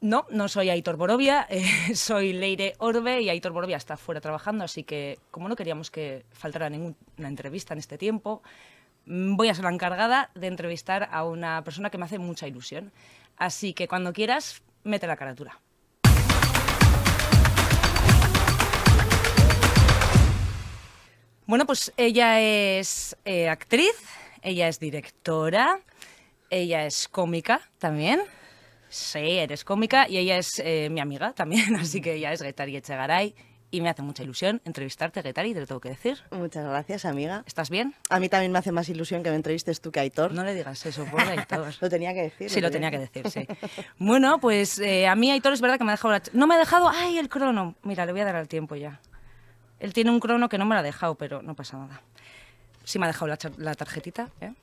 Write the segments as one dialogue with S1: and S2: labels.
S1: No, no soy Aitor Borovia, eh, soy Leire Orbe y Aitor Borovia está fuera trabajando, así que como no queríamos que faltara ninguna entrevista en este tiempo, mm, voy a ser la encargada de entrevistar a una persona que me hace mucha ilusión. Así que cuando quieras, mete la carátula. Bueno, pues ella es eh, actriz, ella es directora, ella es cómica también. Sí, eres cómica y ella es eh, mi amiga también, así que ella es Getari Echegaray y me hace mucha ilusión entrevistarte, Getari, te lo tengo que decir.
S2: Muchas gracias, amiga.
S1: ¿Estás bien?
S2: A mí también me hace más ilusión que me entrevistes tú que Aitor.
S1: No le digas eso, por Aitor.
S2: lo tenía que decir.
S1: Sí, lo tenía que decir, sí. Bueno, pues eh, a mí Aitor es verdad que me ha dejado... La... No me ha dejado... ¡Ay, el crono! Mira, le voy a dar al tiempo ya. Él tiene un crono que no me lo ha dejado, pero no pasa nada. Sí me ha dejado la, la tarjetita, ¿eh?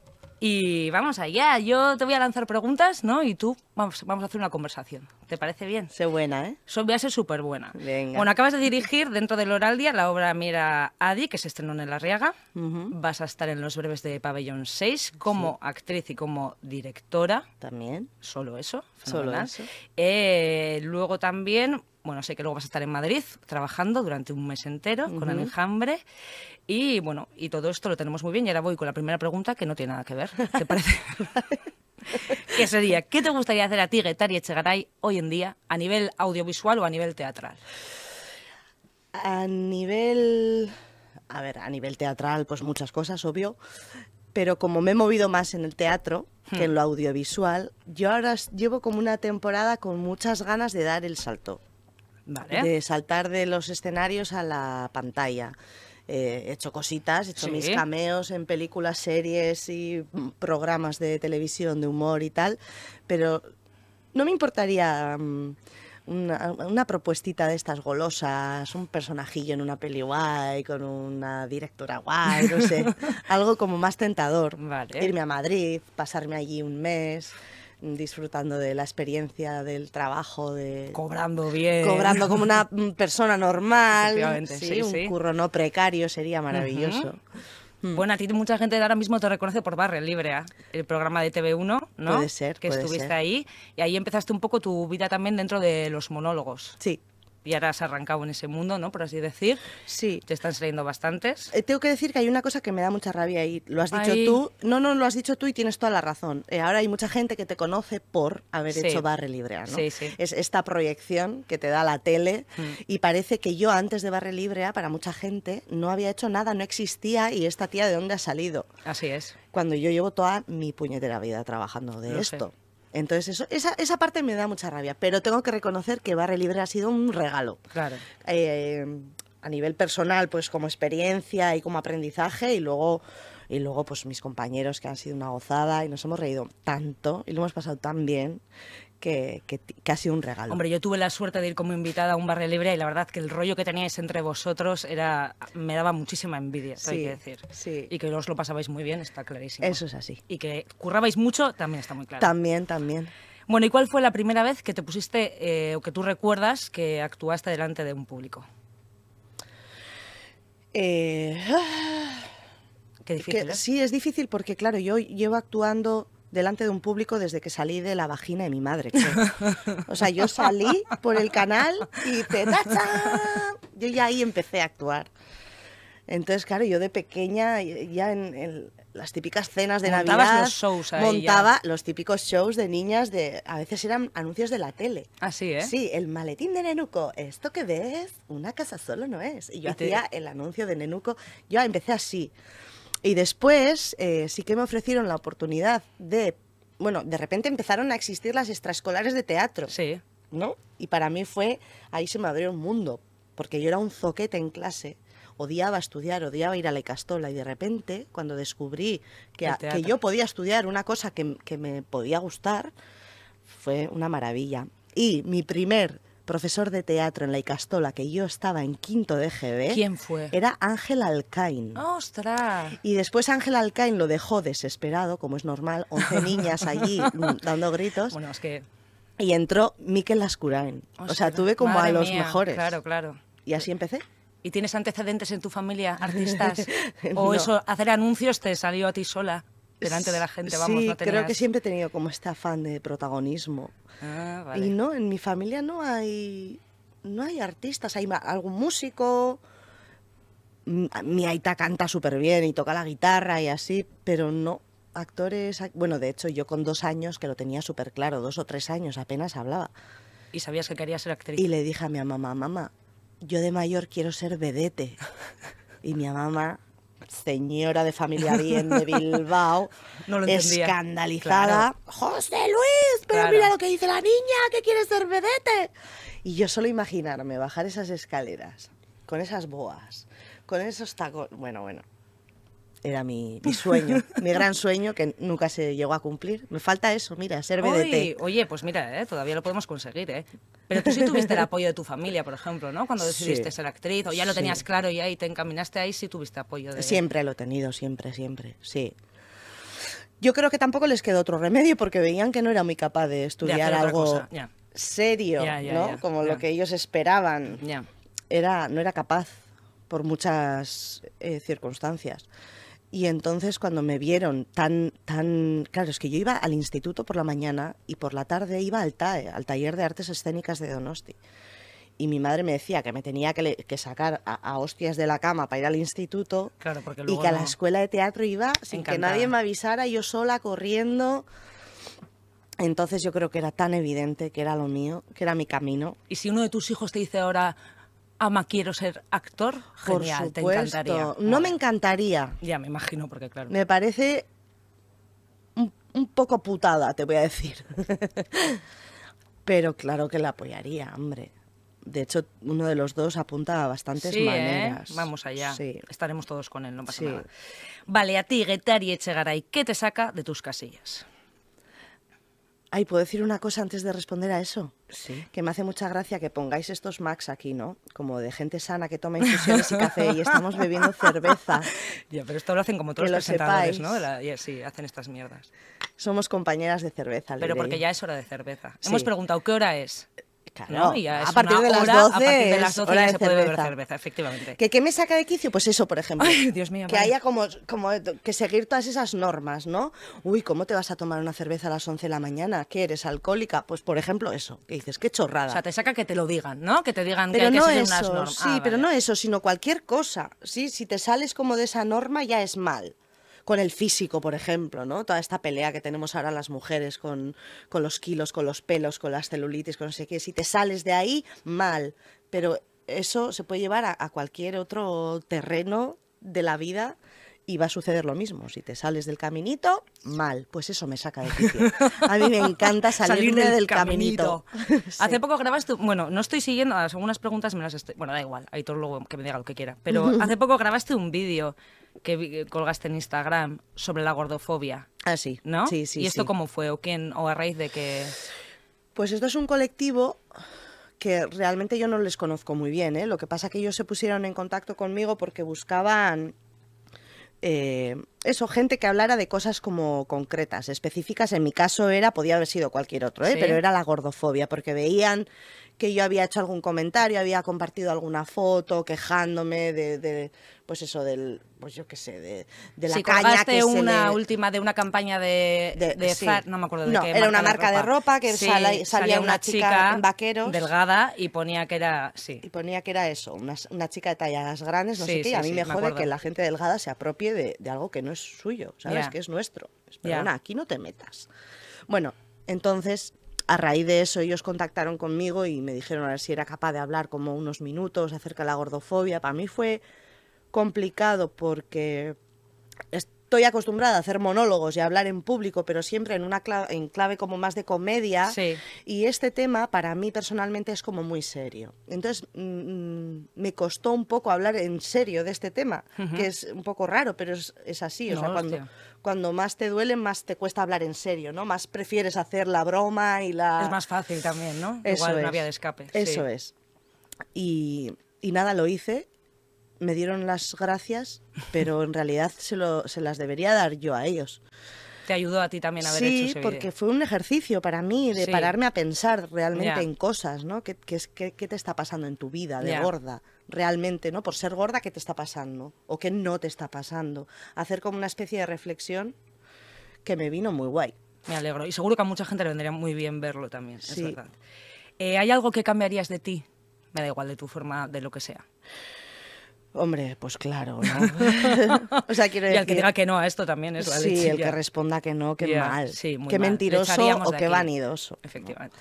S1: Y vamos allá, yo te voy a lanzar preguntas, ¿no? Y tú vamos, vamos a hacer una conversación. ¿Te parece bien?
S2: Sé buena, ¿eh?
S1: So, voy a ser súper buena.
S2: Venga.
S1: Bueno, acabas de dirigir dentro del Oraldia la obra Mira Adi, que se estrenó en El Arriaga.
S2: Ujú.
S1: Vas a estar en los breves de Pabellón 6 como actriz y como directora.
S2: También.
S1: Solo eso.
S2: Solo
S1: fenomenal.
S2: eso.
S1: Eh, luego también, bueno, sé que luego vas a estar en Madrid trabajando durante un mes entero con el enjambre. Y bueno, y todo esto lo tenemos muy bien. Y ahora voy con la primera pregunta que no tiene nada que ver. ¿Te parece? que sería, ¿qué te gustaría hacer a ti, Getari Echegaray, hoy en día, a nivel audiovisual o a nivel teatral?
S2: A nivel... A ver, a nivel teatral, pues muchas cosas, obvio. Pero como me he movido más en el teatro que
S1: Hmm.
S2: en lo audiovisual, yo ahora s- llevo como una temporada con muchas ganas de dar el salto.
S1: Vale.
S2: de saltar de los escenarios a la pantalla. Eh, he hecho cositas, he hecho
S1: Sí.
S2: mis cameos en películas, series y mm, programas de televisión, de humor y tal, pero no me importaría mm, una, una propuestita de estas golosas, un personajillo en una peli guay, con una directora guay, no sé, algo como más tentador.
S1: Vale.
S2: Irme a Madrid, pasarme allí un mes, mm, disfrutando de la experiencia del trabajo, de,
S1: Cobrando bien.
S2: cobrando como una mm, persona normal.
S1: Eh, Efectivamente,
S2: Sí,
S1: sí,
S2: un
S1: sí.
S2: curro no precario sería maravilloso. Mm.
S1: Bueno, a ti mucha gente ahora mismo te reconoce por Barre Libre, ¿ah? el programa de TV1, ¿no?
S2: Puede ser,
S1: Que
S2: puede
S1: estuviste
S2: ser.
S1: ahí y ahí empezaste un poco tu vida también dentro de los monólogos.
S2: Sí,
S1: Y ahora has arrancado en ese mundo, ¿no? Por así decir.
S2: sí.
S1: Te están saliendo bastantes.
S2: Eh, Tengo que decir que hay una cosa que me da mucha rabia y lo has dicho
S1: Ay.
S2: tú. No, no, lo has dicho tú y tienes toda la razón. Eh, ahora hay mucha gente que te conoce por haber
S1: Sí.
S2: hecho Barre Libre. ¿no?
S1: Sí, sí. Mm.
S2: Es esta proyección que te da la tele y parece que yo antes de Barre Libre, para mucha gente, no había hecho nada, no existía y esta tía de dónde ha salido.
S1: Así es.
S2: cuando yo llevo toda mi puñetera vida trabajando de
S1: Lo sé.
S2: esto. Entonces, eso, esa, esa parte me da mucha rabia, pero tengo que reconocer que Barre Libre ha sido un regalo.
S1: Claro.
S2: Eh, a nivel personal, pues como experiencia y como aprendizaje, y luego, y luego, pues mis compañeros que han sido una gozada y nos hemos reído tanto y lo hemos pasado tan bien que, que ti- que ha sido un regalo.
S1: Hombre, yo tuve la suerte de ir como invitada a un barrio libre y la verdad que el rollo que teníais entre vosotros era me daba muchísima envidia, eso hay
S2: Sí,
S1: que decir.
S2: sí.
S1: Y que os lo pasabais muy bien, está clarísimo.
S2: Eso es así.
S1: Y que currabais mucho, también está muy claro.
S2: También, también.
S1: Bueno, ¿y cuál fue la primera vez que te pusiste eh, o que tú recuerdas que actuaste delante de un público?
S2: Eh,
S1: Qué
S2: que-
S1: difícil, ¿eh?
S2: Sí, es difícil porque, claro, yo llevo actuando delante de un público desde que salí de la vagina de mi madre. creo. O sea, yo salí por el canal y te ¡tachán! Yo ya ahí empecé a actuar. Entonces, claro, yo de pequeña, ya en, en las típicas cenas de
S1: Montabas
S2: Navidad,
S1: los shows ahí ya.
S2: montaba los típicos shows de niñas, de a veces eran anuncios de la tele.
S1: Así, ¿eh?
S2: Sí, el maletín de Nenuco. Esto que ves, una casa solo no es. Y yo
S1: Y te-
S2: hacía el anuncio de Nenuco. Yo empecé así. Y después eh, sí que me ofrecieron la oportunidad de... Bueno, de repente empezaron a existir las extraescolares de teatro,
S1: Sí.
S2: ¿no? Y para mí fue... Ahí se me abrió un mundo. Porque yo era un zoquete en clase. Odiaba estudiar, odiaba ir a la Icastola. Y de repente, cuando descubrí que,
S1: El
S2: a- que
S1: teatro.
S2: yo podía estudiar una cosa que- que me podía gustar, fue una maravilla. Y mi primer profesor de teatro en la Icastola, que yo estaba en quinto de GB,
S1: ¿Quién fue?
S2: ¿eh?
S1: Ah.
S2: era Ángel Alcaín.
S1: ¡Ostras!
S2: Y después Ángel Alcaín lo dejó desesperado, como es normal, 11 niñas allí mm, dando gritos,
S1: Bueno, es que...
S2: y entró Miquel Lascurain. o sea,
S1: ostras,
S2: tuve como a
S1: madre
S2: los
S1: mía,
S2: mejores.
S1: Claro, claro.
S2: Y así empecé.
S1: ¿Y tienes antecedentes en tu familia, artistas? ¿O
S2: No.
S1: eso, hacer anuncios te salió a ti sola? delante de la gente, vamos,
S2: sí,
S1: no tenías...
S2: creo que siempre he tenido como este afán de protagonismo.
S1: Ah,
S2: Y
S1: vale.
S2: no, en mi familia no hay, no hay artistas, hay ma- algún músico. Mm, a- Mi Aita canta súper bien y toca la guitarra y así, pero no. Actores, ac- bueno, de hecho yo con dos años que lo tenía súper claro, dos o tres años apenas hablaba.
S1: Y sabías que querías ser actriz.
S2: Y le dije a mi mamá, mamá, yo de mayor quiero ser vedete. Y mi mamá, señora de familia bien de Bilbao,
S1: No lo entendía.
S2: escandalizada, José Luis, pero
S1: Claro.
S2: mira lo que dice la niña, que quiere ser vedete. Y yo solo imaginarme bajar esas escaleras, con esas boas, con esos tacones, bueno, bueno. Era mi, mi sueño, mi gran sueño que nunca se llegó a cumplir. Me falta eso, mira, ser
S1: Uy,
S2: vedete.
S1: oye, pues mira, ¿eh? todavía lo podemos conseguir, ¿eh? Pero tú sí tuviste el apoyo de tu familia, por ejemplo, ¿no? Cuando
S2: Sí.
S1: decidiste ser actriz, o ya lo
S2: Sí.
S1: tenías claro y ahí te encaminaste ahí, sí tuviste apoyo de...
S2: Siempre lo he tenido, siempre, siempre, sí. Yo creo que tampoco les quedó otro remedio porque veían que no era muy capaz de estudiar
S1: otra
S2: algo
S1: cosa, ya.
S2: serio,
S1: Ya, ya,
S2: ¿no?
S1: ya,
S2: Como
S1: ya.
S2: lo que ellos esperaban.
S1: Ya.
S2: Era, no era capaz por muchas eh, circunstancias. Y entonces cuando me vieron tan, tan... Claro, es que yo iba al instituto por la mañana y por la tarde iba al TAE, al Taller de Artes Escénicas de Donosti. Y mi madre me decía que me tenía que, le- que sacar a, a hostias de la cama para ir al instituto
S1: Claro, porque
S2: y
S1: luego
S2: que a
S1: no-
S2: la escuela de teatro iba sin
S1: Encantada.
S2: que nadie me avisara, yo sola corriendo. Entonces yo creo que era tan evidente que era lo mío, que era mi camino.
S1: Y si uno de tus hijos te dice ahora, ama, quiero ser actor, genial,
S2: Por
S1: te
S2: supuesto,
S1: encantaría.
S2: no me
S1: Vale.
S2: encantaría.
S1: Ya, me imagino, porque claro.
S2: Me parece un, un poco putada, te voy a decir. Pero claro que la apoyaría, hombre. De hecho, uno de los dos apunta a bastantes
S1: Sí, ¿eh?
S2: maneras.
S1: Vamos allá.
S2: Sí.
S1: Estaremos todos con él, no pasa
S2: Sí.
S1: nada. Vale, a ti, Guetari Echegaray, ¿qué te saca de tus casillas?
S2: Ay, ¿puedo decir una cosa antes de responder a eso?
S1: Sí.
S2: que me hace mucha gracia que pongáis estos max aquí, ¿no? Como de gente sana que toma infusiones y café y estamos bebiendo cerveza.
S1: Ya, pero esto lo hacen como todos
S2: Que
S1: los
S2: lo
S1: presentadores,
S2: sepáis.
S1: ¿no? De la- y- sí, hacen estas mierdas.
S2: Somos compañeras de cerveza. le
S1: Pero porque
S2: diré.
S1: ya es hora de cerveza.
S2: Sí.
S1: Hemos preguntado qué hora es.
S2: Claro,
S1: ¿no? Y ya es
S2: a partir
S1: una
S2: de las
S1: hora,
S2: 12,
S1: a partir de las
S2: es
S1: 12
S2: hora
S1: ya
S2: de
S1: se puede beber cerveza, efectivamente.
S2: ¿Que, ¿Qué me saca de quicio? Pues eso, por ejemplo.
S1: Ay, Dios mío,
S2: Que
S1: vale.
S2: haya como, como que seguir todas esas normas, ¿no? Uy, ¿cómo te vas a tomar una cerveza a las 11 de la mañana? ¿Qué eres, alcohólica? Pues, por ejemplo, eso. Que dices, qué chorrada.
S1: O sea, te saca que te lo digan, ¿no? Que te digan que
S2: pero
S1: hay que
S2: no
S1: seguir
S2: eso,
S1: unas Ah, normas.
S2: sí, pero no eso, sino cualquier cosa, sí, si te sales como de esa norma ya es mal. Con el físico, por ejemplo, ¿no? Toda esta pelea que tenemos ahora las mujeres con, con los kilos, con los pelos, con las celulitis, con no sé qué. Si te sales de ahí, mal. Pero eso se puede llevar a, a cualquier otro terreno de la vida y va a suceder lo mismo. Si te sales del caminito, mal. Pues eso me saca de quicio. A mí me encanta salirme del, caminito. Sí.
S1: Hace poco grabaste, un- bueno, no estoy siguiendo, algunas preguntas me las estoy, bueno, da igual, Aitor luego que me diga lo que quiera, pero hace poco grabaste un vídeo que vi- que colgaste en Instagram sobre la gordofobia,
S2: Ah, sí.
S1: ¿no?
S2: Sí, sí,
S1: ¿Y esto
S2: sí.
S1: cómo fue? ¿O quién? ¿O a raíz de que
S2: Pues esto es un colectivo que realmente yo no les conozco muy bien, ¿eh? Lo que pasa que ellos se pusieron en contacto conmigo porque buscaban eh, eso, gente que hablara de cosas como concretas, específicas. En mi caso era, podía haber sido cualquier otro, ¿eh?
S1: Sí.
S2: pero era la gordofobia, porque veían que yo había hecho algún comentario, había compartido alguna foto quejándome de, de, pues eso, del, pues yo qué sé, de, de la
S1: si
S2: caña
S1: colgaste
S2: que se
S1: una
S2: le-
S1: última de una campaña de,
S2: de-
S1: de
S2: sí.
S1: Zara- no me acuerdo de
S2: No,
S1: qué
S2: era una marca de ropa que
S1: Sí,
S2: sala- salía una chica en vaqueros.
S1: delgada y ponía que era sí
S2: Y ponía que era eso, una, una chica de tallas grandes, no
S1: Sí,
S2: sé qué. y
S1: sí,
S2: a mí
S1: sí, me
S2: me jode
S1: acuerdo.
S2: que la gente delgada se apropie de, de algo que no es suyo, ¿sabes?
S1: Ya.
S2: Que es nuestro. Es,
S1: Ya.
S2: Perdona, aquí no te metas. Bueno, entonces, a raíz de eso, ellos contactaron conmigo y me dijeron a ver si era capaz de hablar como unos minutos acerca de la gordofobia. Para mí fue complicado porque estoy acostumbrada a hacer monólogos y a hablar en público, pero siempre en una cla- en clave como más de comedia.
S1: Sí.
S2: Y este tema para mí personalmente es como muy serio. Entonces mm, me costó un poco hablar en serio de este tema, que es un poco raro, pero es, es así. O
S1: No,
S2: sea, cuando,
S1: hostia.
S2: cuando más te duele, más te cuesta hablar en serio, ¿no? Más prefieres hacer la broma y la...
S1: es más fácil también no
S2: Ah. Eso
S1: igual una
S2: es.
S1: vía de escape
S2: Eso
S1: sí.
S2: es. Y, y nada, lo hice. Me dieron las gracias, pero en realidad se, lo- se las debería dar yo a ellos.
S1: te ayudó a ti también haber
S2: sí,
S1: hecho ese vídeo.
S2: porque fue un ejercicio para mí de
S1: Sí.
S2: pararme a pensar realmente
S1: Ya.
S2: en cosas, ¿no? ¿Qué, qué, es- qué- qué te está pasando en tu vida de
S1: Ya.
S2: gorda? Realmente, ¿no? Por ser gorda, ¿qué te está pasando? ¿O qué no te está pasando? Hacer como una especie de reflexión que me vino muy guay.
S1: Me alegro. Y seguro que a mucha gente le vendría muy bien verlo también,
S2: Sí.
S1: es verdad. Eh, ¿Hay algo que cambiarías de ti? Me da igual, de tu forma, de lo que sea.
S2: Hombre, pues claro, ¿no? o sea, quiero
S1: Y al que
S2: decir...
S1: diga que no a esto también es la
S2: sí,
S1: leche,
S2: el
S1: ya.
S2: que responda que no, que
S1: Ya,
S2: mal,
S1: sí, muy
S2: que
S1: mal. Le
S2: mentiroso
S1: echaríamos
S2: o
S1: de
S2: que
S1: aquí.
S2: vanidoso.
S1: Efectivamente.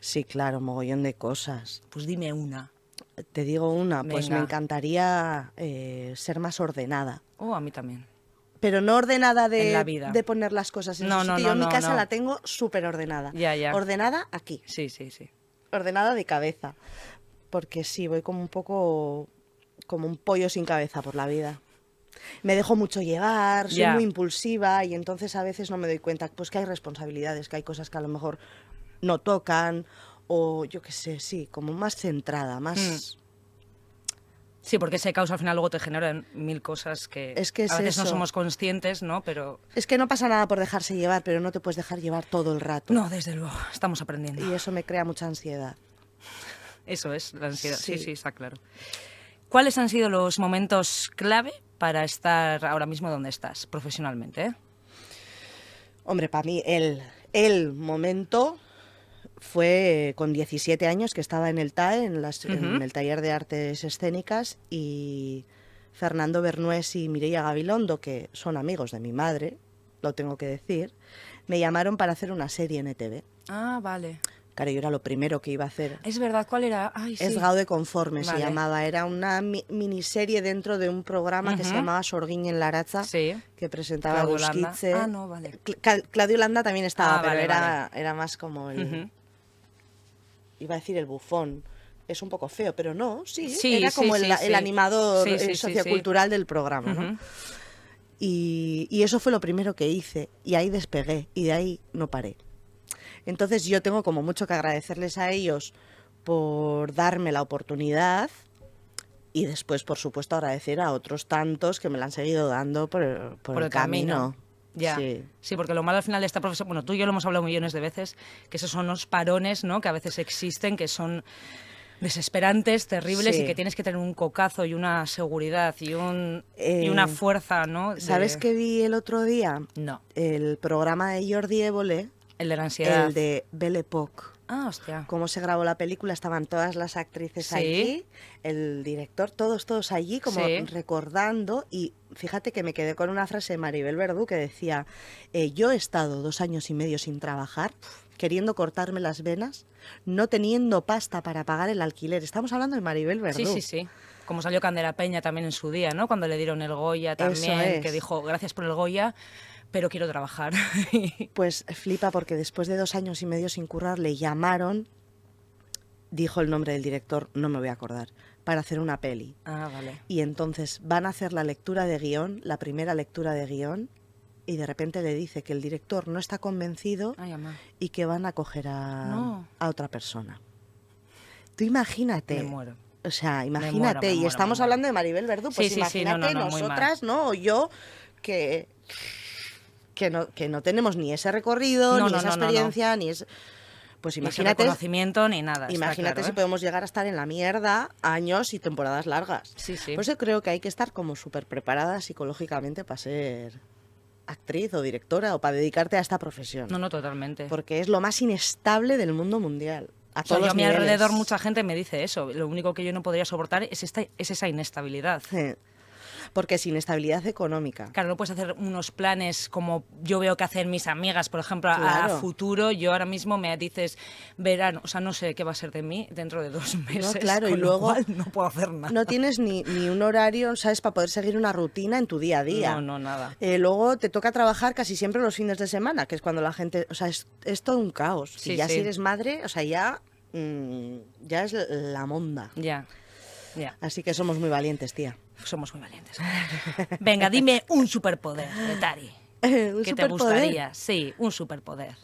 S2: Sí, claro, mogollón de cosas.
S1: Pues dime una.
S2: Te digo una, pues me
S1: Venga.
S2: encantaría eh, ser más ordenada.
S1: Oh, a mí también.
S2: Pero no ordenada de,
S1: En la vida.
S2: de poner las cosas en
S1: No,
S2: su
S1: no,
S2: sitio.
S1: no,
S2: Yo en
S1: no,
S2: mi casa
S1: no.
S2: la tengo súper ordenada.
S1: Ya, ya.
S2: Ordenada aquí,
S1: Sí, sí, sí.
S2: ordenada de cabeza. Porque sí, voy como un poco como un pollo sin cabeza por la vida. Me dejo mucho llevar, soy
S1: Ya.
S2: muy impulsiva y entonces a veces no me doy cuenta pues que hay responsabilidades, que hay cosas que a lo mejor no tocan o yo qué sé, sí, como más centrada, más...
S1: Mm. Sí, porque ese caos al final luego te generan mil cosas que,
S2: Es que es
S1: a veces no
S2: eso.
S1: somos conscientes, ¿no? Pero
S2: Es que no pasa nada por dejarse llevar, pero no te puedes dejar llevar todo el rato.
S1: no, desde luego, estamos aprendiendo.
S2: Y eso me crea mucha ansiedad.
S1: Eso es la ansiedad. Sí,
S2: Sí.
S1: sí, está claro. ¿Cuáles han sido los momentos clave para estar ahora mismo donde estás profesionalmente? eh?
S2: Hombre, para mí el, el momento fue con 17 años que estaba en el TAE, en, las- en
S1: Ujú.
S2: el taller de artes escénicas, y Fernando Bernués y Mireia Gabilondo, que son amigos de mi madre, lo tengo que decir, me llamaron para hacer una serie en ETV.
S1: Ah, vale.
S2: Claro, yo era lo primero que iba a hacer.
S1: Es verdad, ¿cuál era? Ay, sí.
S2: Es Gaude Conforme
S1: Vale.
S2: se llamaba, era una mi- miniserie dentro de un programa que se
S1: Ujú.
S2: llamaba Sorguín en la Araza,
S1: Sí.
S2: que presentaba
S1: Claudio
S2: Gus
S1: Landa.
S2: Kitze.
S1: Ah, no, vale.
S2: Cla- Cal- Claudio Landa también estaba,
S1: Ah,
S2: pero
S1: vale,
S2: era, era más como el.
S1: Ujú.
S2: Iba a decir el bufón. Es un poco feo, pero no, sí.
S1: Sí,
S2: era
S1: sí,
S2: como el,
S1: sí, sí.
S2: el animador
S1: Sí, sí, sí, sí.
S2: eh, sociocultural del programa. ¿no?
S1: Ujú.
S2: Y, y eso fue lo primero que hice. Y ahí despegué. Y de ahí no paré. Entonces yo tengo como mucho que agradecerles a ellos por darme la oportunidad. Y después, por supuesto, agradecer a otros tantos que me la han seguido dando por, por
S1: Por
S2: el,
S1: el camino. Ya.
S2: Sí.
S1: porque lo malo al final de esta profesión, bueno, tú y yo lo hemos hablado millones de veces, que esos son los parones, ¿no? Que a veces existen, que son desesperantes, terribles
S2: Sí.
S1: y que tienes que tener un cocazo y una seguridad y un y
S2: Eh,
S1: una fuerza, ¿no? De-
S2: ¿Sabes qué vi el otro día?
S1: No,
S2: El programa de Jordi Évole,
S1: el de la ansiedad.
S2: el de Belle Époque.
S1: Ah, hostia.
S2: Cómo se grabó la película, estaban todas las actrices
S1: Sí.
S2: allí, el director, todos, todos allí, como
S1: Sí.
S2: recordando. Y fíjate que me quedé con una frase de Maribel Verdú que decía: eh, Yo he estado dos años y medio sin trabajar, queriendo cortarme las venas, no teniendo pasta para pagar el alquiler. Estamos hablando de Maribel Verdú.
S1: Sí, sí, sí. Como salió Candela Peña también en su día, ¿no? Cuando le dieron el Goya también,
S2: es.
S1: que dijo, gracias por el Goya, pero quiero trabajar.
S2: Pues flipa porque después de dos años y medio sin currar le llamaron, dijo el nombre del director, no me voy a acordar, para hacer una peli.
S1: ah, vale.
S2: Y entonces van a hacer la lectura de guión, la primera lectura de guión, y de repente le dice que el director no está convencido
S1: Ay, amá.
S2: y que van a coger a,
S1: Ah. No.
S2: a otra persona. Tú
S1: Me
S2: imagínate.
S1: muero.
S2: O sea, imagínate,
S1: me
S2: y
S1: muero,
S2: estamos
S1: me muero.
S2: hablando de Maribel Verdú,
S1: Sí,
S2: pues
S1: sí, sí, no,
S2: imagínate
S1: no, no, muy mal.
S2: nosotras, ¿no? O yo, que, que, no, que no tenemos ni ese recorrido,
S1: No,
S2: ni
S1: no,
S2: esa
S1: no, no, no.
S2: experiencia, ni ese... Pues
S1: Imagínate.
S2: imagínate,
S1: conocimiento ni nada. está
S2: imagínate
S1: claro,
S2: si
S1: ¿eh?
S2: podemos llegar a estar en la mierda años y temporadas largas.
S1: Sí, sí.
S2: Por eso creo que hay que estar como súper preparada psicológicamente para ser actriz o directora o para dedicarte a esta profesión.
S1: No, no, totalmente.
S2: Porque es lo más inestable del mundo mundial. A
S1: O sea,
S2: todos
S1: yo a
S2: los
S1: mi
S2: niveles.
S1: alrededor mucha gente me dice eso. Lo único que yo no podría soportar es, esta, es esa inestabilidad.
S2: Sí. Porque es inestabilidad económica.
S1: Claro, no puedes hacer unos planes como yo veo que hacen mis amigas, por ejemplo, a- a,
S2: Claro.
S1: futuro. Yo ahora mismo me dices verano, o sea, no sé qué va a ser de mí dentro de dos meses.
S2: claro, y
S1: con lo
S2: luego-
S1: cual no puedo hacer nada.
S2: No tienes ni, ni un horario, ¿sabes? Para poder seguir una rutina en tu día a día.
S1: No, no, nada.
S2: Eh, luego te toca trabajar casi siempre los fines de semana, que es cuando la gente, o sea, es, es todo un caos.
S1: Sí,
S2: y ya
S1: sí.
S2: si eres madre, o sea, ya, mm, ya es la monda.
S1: Ya, ya.
S2: Así que somos muy valientes, tía.
S1: Somos muy valientes. Venga, dime un superpoder de Tari.
S2: ¿Un
S1: ¿Qué te
S2: superpoder?
S1: gustaría? Sí, un superpoder.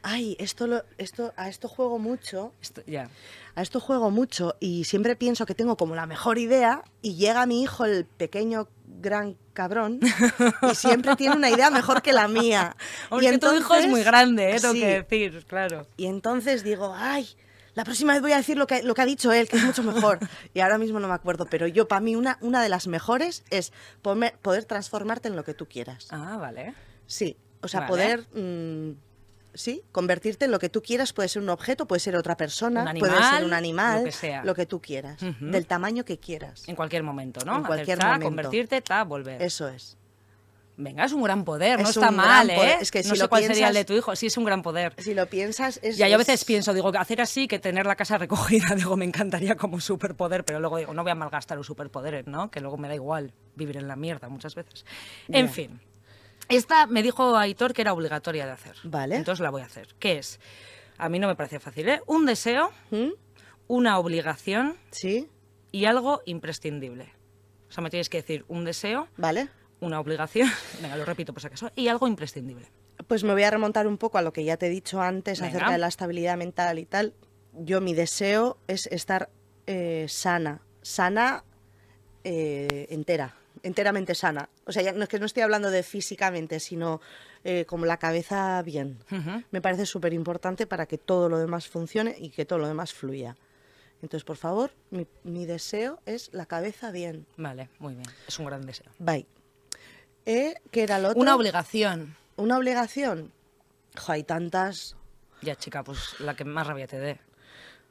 S2: Ay, esto lo, esto, a esto juego mucho,
S1: Esto- ya.
S2: a esto juego mucho y siempre pienso que tengo como la mejor idea y llega mi hijo, el pequeño gran cabrón, y siempre tiene una idea mejor que la mía.
S1: Porque
S2: y
S1: tu hijo es muy grande, ¿eh? tengo
S2: Sí.
S1: que decir, claro.
S2: Y entonces digo, ay, la próxima vez voy a decir lo que, lo que ha dicho él, que es mucho mejor. Y ahora mismo no me acuerdo, pero yo, para mí, una, una de las mejores es pome- poder transformarte en lo que tú quieras.
S1: Ah, vale.
S2: Sí, O sea,
S1: Vale.
S2: poder... mm, Sí, convertirte en lo que tú quieras, puede ser un objeto, puede ser otra persona,
S1: Un
S2: puede ser
S1: animal,
S2: un animal,
S1: lo que sea.
S2: tú quieras,
S1: Ujú.
S2: del tamaño que quieras.
S1: En cualquier momento, ¿no?
S2: En
S1: Hacer
S2: cualquier
S1: ta,
S2: momento.
S1: convertirte, ta, volver.
S2: Eso es.
S1: Venga, es un gran poder, no
S2: Es
S1: está
S2: un gran
S1: mal,
S2: poder.
S1: ¿eh?
S2: Es que
S1: no
S2: si
S1: sé
S2: lo
S1: cuál sería el
S2: piensas-
S1: de tu hijo, sí es un gran poder.
S2: Si lo piensas, es.
S1: Ya, yo a
S2: es-
S1: veces pienso, digo, hacer así que tener la casa recogida, digo, me encantaría como superpoder, pero luego digo, no voy a malgastar los superpoderes, ¿no? Que luego me da igual vivir en la mierda muchas veces. En
S2: Ya.
S1: fin, esta me dijo Aitor que era obligatoria de hacer.
S2: Vale.
S1: Entonces la voy a hacer. ¿Qué es? A mí no me parece fácil, ¿eh? Un deseo,
S2: ¿Mm?
S1: una obligación
S2: Sí,
S1: y algo imprescindible. O sea, me tienes que decir un deseo,
S2: vale.
S1: una obligación, venga, lo repito por si acaso, y algo imprescindible.
S2: Pues me voy a remontar un poco a lo que ya te he dicho antes
S1: Venga.
S2: acerca de la estabilidad mental y tal. Yo mi deseo es estar eh, sana, sana eh, entera, enteramente sana. O sea, ya no es que no estoy hablando de físicamente, sino eh, como la cabeza bien.
S1: Ujú.
S2: Me parece súper importante para que todo lo demás funcione y que todo lo demás fluya. Entonces, por favor, mi- mi deseo es la cabeza bien.
S1: Vale, muy bien, es un gran deseo.
S2: Bye. Eh, ¿Qué era lo otro?
S1: Una obligación.
S2: Una obligación. Jo, hay tantas.
S1: Ya, chica, pues la que más rabia te dé.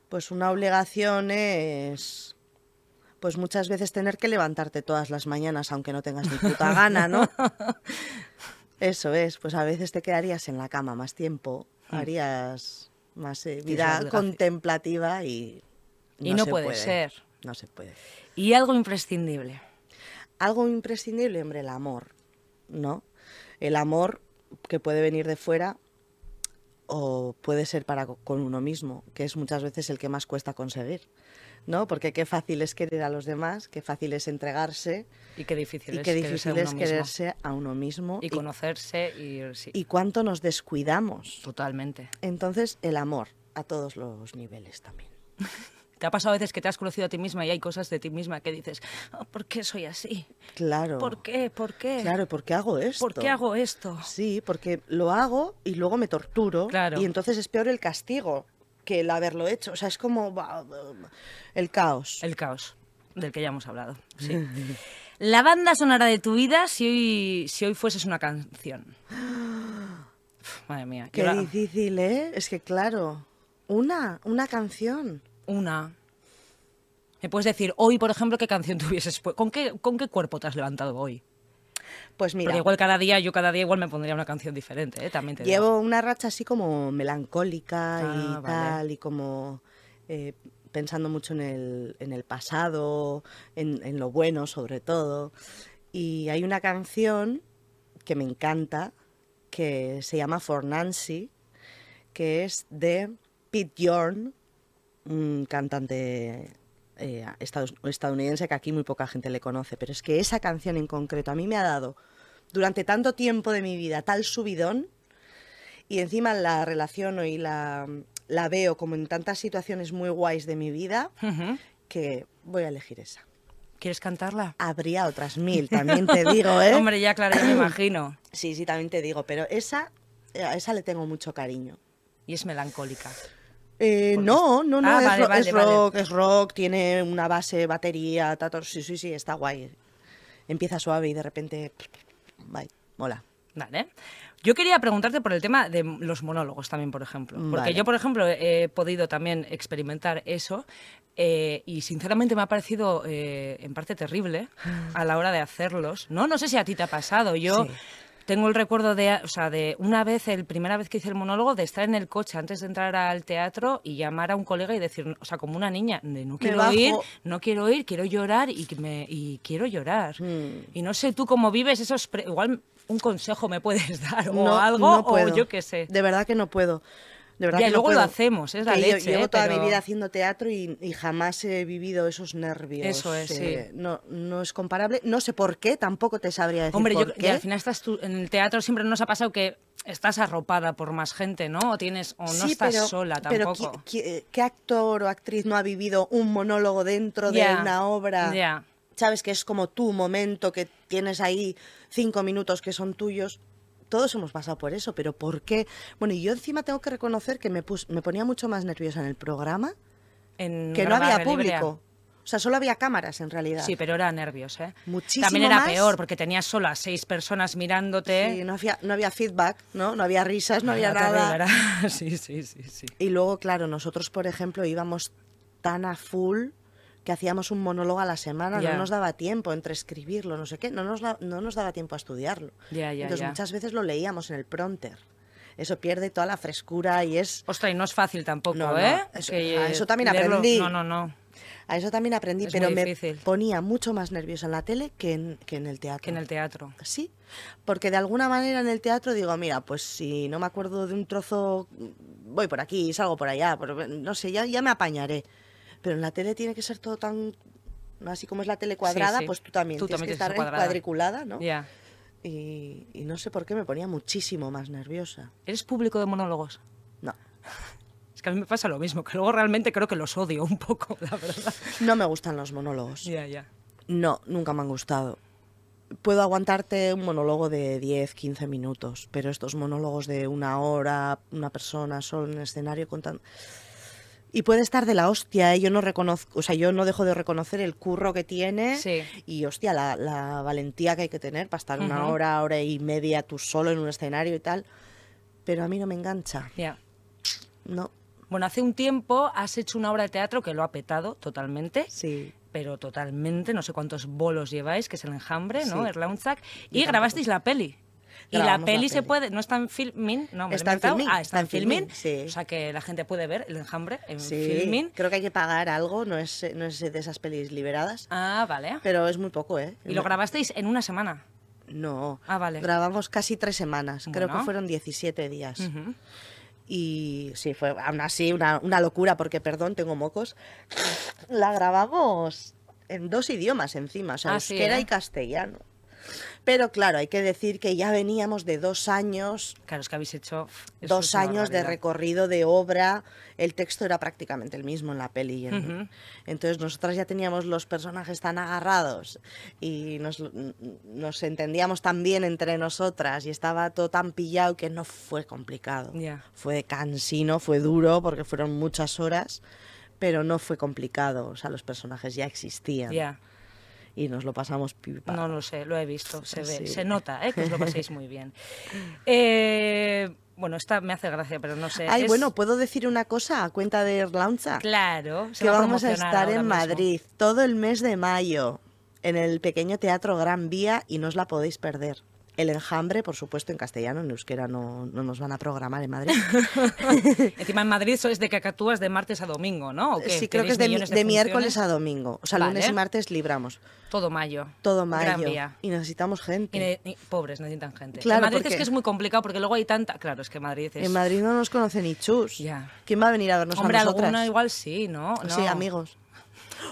S2: Pues una obligación es. Pues muchas veces tener que levantarte todas las mañanas, aunque no tengas ni puta gana, ¿no? Eso es, pues a veces te quedarías en la cama más tiempo,
S1: Mm.
S2: harías más eh,
S1: una
S2: vida
S1: obligación.
S2: contemplativa y.
S1: Y no
S2: se
S1: puede ser.
S2: No se puede.
S1: Y algo imprescindible.
S2: algo imprescindible, hombre, el amor, ¿no? El amor que puede venir de fuera o puede ser para co- con uno mismo, que es muchas veces el que más cuesta conseguir, ¿no? Porque qué fácil es querer a los demás, qué fácil es entregarse
S1: Y qué difícil
S2: y
S1: es
S2: qué
S1: quererse a
S2: difícil
S1: uno
S2: es
S1: mismo.
S2: quererse a uno mismo
S1: Y conocerse y... sí,
S2: y cuánto nos descuidamos.
S1: Totalmente.
S2: Entonces, el amor a todos los niveles también.
S1: ¿Te ha pasado a veces que te has conocido a ti misma y hay cosas de ti misma que dices, "Ah, ¿por qué soy así?
S2: Claro.
S1: ¿Por qué? ¿Por qué?
S2: Claro, ¿por qué hago esto?
S1: ¿Por qué hago esto?
S2: Sí, porque lo hago y luego me torturo.
S1: Claro.
S2: Y entonces es peor el castigo que el haberlo hecho. O sea, es como va, el caos.
S1: El caos, del que ya hemos hablado. Sí. La banda sonora de tu vida si hoy, si hoy fueses una canción. Uf, Madre mía.
S2: Qué
S1: yo la-
S2: difícil, ¿eh? Es que claro, una, una canción.
S1: Una. ¿Me puedes decir hoy, por ejemplo, qué canción tuvieses? pu- ¿Con qué, ¿Con qué cuerpo te has levantado hoy?
S2: Pues mira,
S1: Porque igual cada día, yo cada día igual me pondría una canción diferente, ¿eh? También te digo.
S2: llevo una racha así como melancólica
S1: Ah,
S2: y
S1: vale.
S2: tal, y como eh, pensando mucho en el, en el pasado, en, en lo bueno sobre todo. Y hay una canción que me encanta, que se llama For Nancy, que es de Pete Yorn, un cantante eh, estados- estadounidense que aquí muy poca gente le conoce, pero es que esa canción en concreto a mí me ha dado durante tanto tiempo de mi vida tal subidón y encima la relaciono y la, la veo como en tantas situaciones muy guays de mi vida
S1: Ujú.
S2: que voy a elegir esa.
S1: ¿Quieres cantarla?
S2: Habría otras mil, también te digo, ¿eh?
S1: Hombre, ya claro, ya me imagino.
S2: Sí, sí, también te digo, pero esa, eh, a esa le tengo mucho cariño.
S1: Y es melancólica.
S2: Eh,
S1: Porque
S2: no, no, no,
S1: Ah,
S2: es,
S1: vale,
S2: ro-
S1: vale,
S2: es
S1: vale.
S2: rock, es rock, tiene una base, batería, tato, sí, sí, sí, está guay. Empieza suave y de repente, bye, mola.
S1: Vale. Yo quería preguntarte por el tema de los monólogos también, por ejemplo. Porque
S2: Vale.
S1: yo, por ejemplo, he podido también experimentar eso eh, y sinceramente me ha parecido eh, en parte terrible a la hora de hacerlos. No, no sé si a ti te ha pasado. Yo
S2: Sí.
S1: tengo el recuerdo de, o sea, de una vez, el primera vez que hice el monólogo, de estar en el coche antes de entrar al teatro y llamar a un colega y decir, o sea, como una niña, de no quiero
S2: bajo.
S1: ir, no quiero ir, quiero llorar y, que me, y quiero llorar.
S2: Mm.
S1: Y no sé tú cómo vives esos... pre- Igual un consejo me puedes dar o
S2: No,
S1: algo,
S2: no puedo.
S1: o yo qué sé.
S2: De verdad que no puedo. De verdad
S1: Ya,
S2: que no
S1: luego lo
S2: puedo.
S1: hacemos, es la
S2: Que yo
S1: leche,
S2: llevo
S1: eh,
S2: toda
S1: pero-
S2: mi vida haciendo teatro y, y jamás he vivido esos nervios.
S1: Eso es,
S2: eh, no, no es comparable. No sé por qué, tampoco te sabría decir
S1: Hombre, yo,
S2: por
S1: y
S2: qué.
S1: al final estás tú, en el teatro siempre nos ha pasado que estás arropada por más gente, ¿no? O tienes o no
S2: Sí,
S1: estás
S2: pero-
S1: sola
S2: pero
S1: tampoco.
S2: ¿qué- qué, qué actor o actriz no ha vivido un monólogo dentro
S1: Ya,
S2: de una obra?
S1: ya.
S2: Sabes que es como tu momento, que tienes ahí cinco minutos que son tuyos. Todos hemos pasado por eso, pero ¿por qué? Bueno, y yo encima tengo que reconocer que me, pus- me ponía mucho más nerviosa en el programa
S1: En
S2: que no
S1: Gran
S2: había
S1: Barra Mm, Librea.
S2: público. O sea, solo había cámaras en realidad.
S1: Sí, pero era nervios, ¿eh?
S2: Muchísimo
S1: También era
S2: más.
S1: peor porque tenías solo a seis personas mirándote.
S2: Sí, no, había, no había feedback, ¿no? No había risas, no había
S1: Era terrible,
S2: nada.
S1: era- Sí, sí, sí, sí.
S2: Y luego, claro, nosotros, por ejemplo, íbamos tan a full que hacíamos un monólogo a la semana,
S1: Ya.
S2: no nos daba tiempo entre escribirlo, no sé qué, no nos, da- no nos daba tiempo a estudiarlo.
S1: Ya, ya,
S2: Entonces
S1: ya.
S2: muchas veces lo leíamos en el prompter. Eso pierde toda la frescura y es...
S1: Ostras, y no es fácil tampoco,
S2: No, no,
S1: ¿eh?
S2: eso-
S1: Que,
S2: a
S1: eh,
S2: eso también
S1: leerlo-
S2: aprendí.
S1: No, no, no.
S2: A eso también aprendí,
S1: Es
S2: pero
S1: muy
S2: me
S1: difícil.
S2: ponía mucho más nerviosa en la tele que en, que en el teatro.
S1: Que en el teatro.
S2: Sí, porque de alguna manera en el teatro digo, mira, pues si no me acuerdo de un trozo, voy por aquí, salgo por allá, por- no sé, ya, ya me apañaré. Pero en la tele tiene que ser todo tan, así como es la tele cuadrada,
S1: sí.
S2: pues tú también
S1: Tú
S2: tienes
S1: también
S2: que
S1: tienes que
S2: estar
S1: ser cuadrada.
S2: cuadriculada, ¿no?
S1: Ya.
S2: Y, y no sé por qué me ponía muchísimo más nerviosa.
S1: ¿Eres público de monólogos?
S2: No,
S1: Es que a mí me pasa lo mismo, que luego realmente creo que los odio un poco, la verdad.
S2: no me gustan los monólogos.
S1: Ya, ya.
S2: No, nunca me han gustado. Puedo aguantarte un monólogo de 10, 15 minutos, pero estos monólogos de una hora, una persona solo en el escenario contando... Y puede estar de la hostia, ¿eh? yo no reconozco, o sea, yo no dejo de reconocer el curro que tiene
S1: Sí.
S2: y hostia, la, la valentía que hay que tener para estar una
S1: Ujú.
S2: hora, hora y media tú solo en un escenario y tal, pero a mí no me engancha,
S1: Ya.
S2: no,
S1: Bueno, hace un tiempo has hecho una obra de teatro que lo ha petado totalmente,
S2: sí.
S1: pero totalmente, no sé cuántos bolos lleváis, que es el enjambre, ¿no?
S2: Sí.
S1: Erlaunzak. Y
S2: tampoco.
S1: grabasteis la peli. Y la
S2: Grabamos la
S1: peli se
S2: peli.
S1: puede, no está en filming, no, me lo he
S2: Está en
S1: inventado.
S2: Filmin,
S1: Ah, está en filming,
S2: sí.
S1: o sea que la gente puede ver el enjambre en
S2: Sí,
S1: filming.
S2: creo que hay que pagar algo, no es, no es de esas pelis liberadas.
S1: Ah, vale.
S2: Pero es muy poco, ¿eh?
S1: Y lo grabasteis en una semana.
S2: No.
S1: Ah, vale.
S2: Grabamos casi tres semanas. Creo
S1: Bueno.
S2: que fueron 17 días.
S1: Ujú.
S2: Y sí, fue aún así una, una locura, porque perdón, tengo mocos. La grabamos en dos idiomas encima, o sea,
S1: Ah, sí,
S2: euskera
S1: ¿eh?
S2: y castellano. Pero claro, hay que decir que ya veníamos de dos años
S1: Claro, es que habéis hecho pff, eso es
S2: dos
S1: una
S2: años de
S1: barbaridad.
S2: recorrido de obra, el texto era prácticamente el mismo en la peli. y en-
S1: Ujú.
S2: Entonces nosotras ya teníamos los personajes tan agarrados y nos, nos entendíamos tan bien entre nosotras y estaba todo tan pillado que no fue complicado.
S1: Ya.
S2: Fue cansino, fue duro porque fueron muchas horas, pero no fue complicado. O sea, los personajes ya existían
S1: Ya.
S2: y nos lo pasamos pipa.
S1: No lo sé, lo he visto, se ve,
S2: Sí.
S1: se nota, ¿eh? que os lo paséis muy bien. Eh, bueno, esta me hace gracia, pero no sé.
S2: Ay,
S1: es-
S2: bueno, ¿puedo decir una cosa a cuenta de Erlaunza?
S1: claro, se
S2: que
S1: va
S2: vamos a
S1: promocionar
S2: estar
S1: ahora
S2: en
S1: mismo.
S2: Madrid todo el mes de mayo en el pequeño teatro Gran Vía y no os la podéis perder. El enjambre, por supuesto, en castellano, en euskera no, no nos van a programar en Madrid.
S1: Encima en Madrid sois de cacatúas de martes a domingo, ¿no? ¿O qué?
S2: sí, creo
S1: ¿Tenéis
S2: que es de, mi-
S1: millones
S2: de miércoles a
S1: funciones?
S2: domingo. O sea, lunes
S1: Vale.
S2: y martes libramos
S1: Todo mayo.
S2: todo
S1: Gran
S2: mayo.
S1: Vía.
S2: Y necesitamos
S1: Y
S2: gente.
S1: ne- y pobres, necesitan gente.
S2: Claro,
S1: en Madrid es
S2: porque-
S1: que es muy complicado porque luego hay tanta... Claro, es que Madrid es...
S2: En Madrid no nos conoce ni chus.
S1: Ya.
S2: ¿Quién va a venir a vernos
S1: Hombre,
S2: a nosotras? Pues
S1: alguna igual sí, ¿no? no.
S2: Sí, amigos.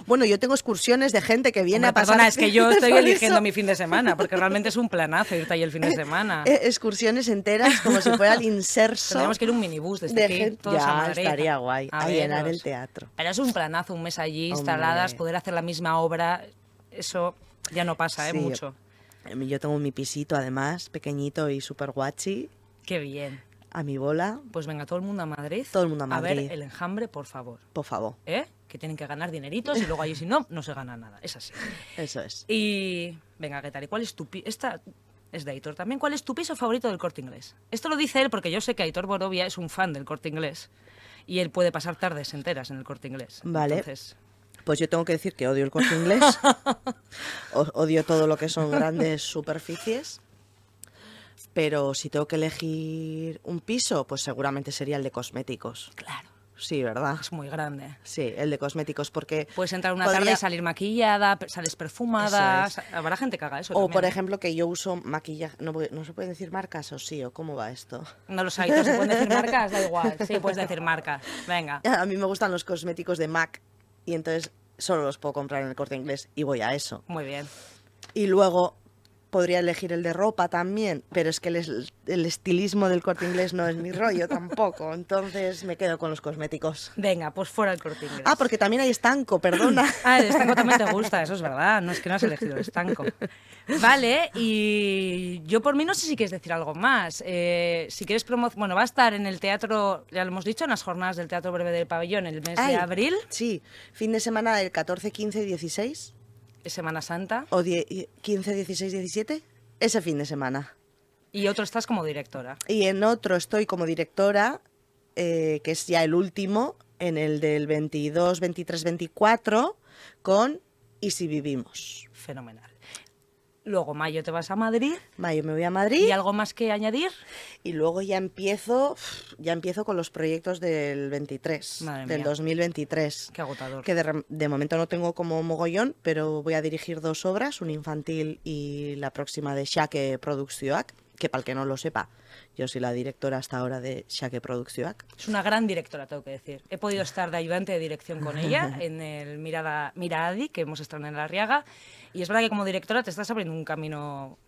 S2: Bueno, yo tengo excursiones de gente que viene
S1: Hombre,
S2: a pasar.
S1: perdona, es que yo estoy
S2: Por
S1: eligiendo
S2: eso.
S1: mi fin de semana, porque realmente es un planazo irte ahí el fin de semana.
S2: Eh, excursiones enteras como si fuera el inserso.
S1: Tendríamos Pues que ir un minibús desde
S2: de
S1: aquí,
S2: gente-
S1: todos
S2: ya,
S1: a Madrid.
S2: estaría guay, a llenar
S1: verlos.
S2: el teatro.
S1: Pero es un planazo, un mes allí instaladas,
S2: Hombre.
S1: poder hacer la misma obra, eso ya no pasa, ¿eh?
S2: Sí.
S1: Mucho.
S2: Em, Yo tengo mi pisito además, pequeñito y super guachi,
S1: Qué bien.
S2: a mi bola,
S1: Pues venga, todo el mundo a Madrid.
S2: Todo el mundo a Madrid.
S1: ver el enjambre, por favor.
S2: por favor.
S1: ¿Eh? Que tienen que ganar dineritos y luego allí si no, no se gana nada. Es así.
S2: Eso es.
S1: Y venga, ¿qué tal? ¿Y cuál es tu pi- esta es de Aitor también? ¿Cuál es tu piso favorito del Corte Inglés? Esto lo dice él porque yo sé que Aitor Borovia es un fan del Corte Inglés y él puede pasar tardes enteras en el Corte Inglés.
S2: Vale.
S1: Entonces,
S2: Pues yo tengo que decir que odio el corte inglés, O- odio todo lo que son grandes superficies, pero si tengo que elegir un piso, pues seguramente sería el de cosméticos.
S1: claro,
S2: Sí, ¿verdad?
S1: es muy grande.
S2: Sí, el de cosméticos, porque...
S1: Puedes entrar una
S2: podría-
S1: tarde y salir maquillada, pe- sales perfumada.
S2: Eso
S1: sa- Habrá gente que haga eso.
S2: O, por
S1: también. ¿eh?
S2: ejemplo, que yo uso maquillaje... No, voy- no se pueden decir marcas, o sí, o cómo va esto.
S1: No los hay, se pueden decir marcas, da igual. Sí, puedes decir marcas. Venga.
S2: A mí me gustan los cosméticos de MAC y entonces solo los puedo comprar en el corte inglés y voy a eso.
S1: Muy bien.
S2: Y luego Podría elegir el de ropa también, pero es que el, es- el estilismo del corte inglés no es mi rollo tampoco. Entonces me quedo con los cosméticos.
S1: Venga, pues fuera el corte inglés.
S2: Ah, porque también hay estanco, perdona.
S1: Ah, el estanco también te gusta, eso es verdad. No es que no has elegido el estanco. Vale, y yo por mí no sé si quieres decir algo más. Eh, si quieres promocionar. Bueno, va a estar en el teatro, ya lo hemos dicho, en las jornadas del Teatro Breve del Pabellón el mes
S2: Ay,
S1: de abril,
S2: Sí, fin de semana del 14, 15 y 16.
S1: Semana Santa.
S2: ¿O die- y- 15, 16, 17? Ese fin de semana.
S1: Y otro estás como directora.
S2: Y en otro estoy como directora, eh, que es ya el último, en el del 22, 23, 24, con Y si vivimos.
S1: Fenomenal. Luego, mayo te vas a Madrid.
S2: Mayo me voy a Madrid
S1: ¿Y algo más que añadir?
S2: y luego ya empiezo, ya empiezo con los proyectos del 23,
S1: Madre
S2: del
S1: mía.
S2: 2023.
S1: Qué agotador.
S2: Que de, rem- de momento no tengo como mogollón, pero voy a dirigir dos obras, una infantil y la próxima de Shaque Productioac, que para el que no lo sepa, yo soy la directora hasta ahora de Shaque Productioac.
S1: Es una gran directora, tengo que decir. He podido estar de ayudante de dirección con ella en el Mirada, Miradi, que hemos estado en la Riaga. Y es verdad que como directora te estás abriendo un camino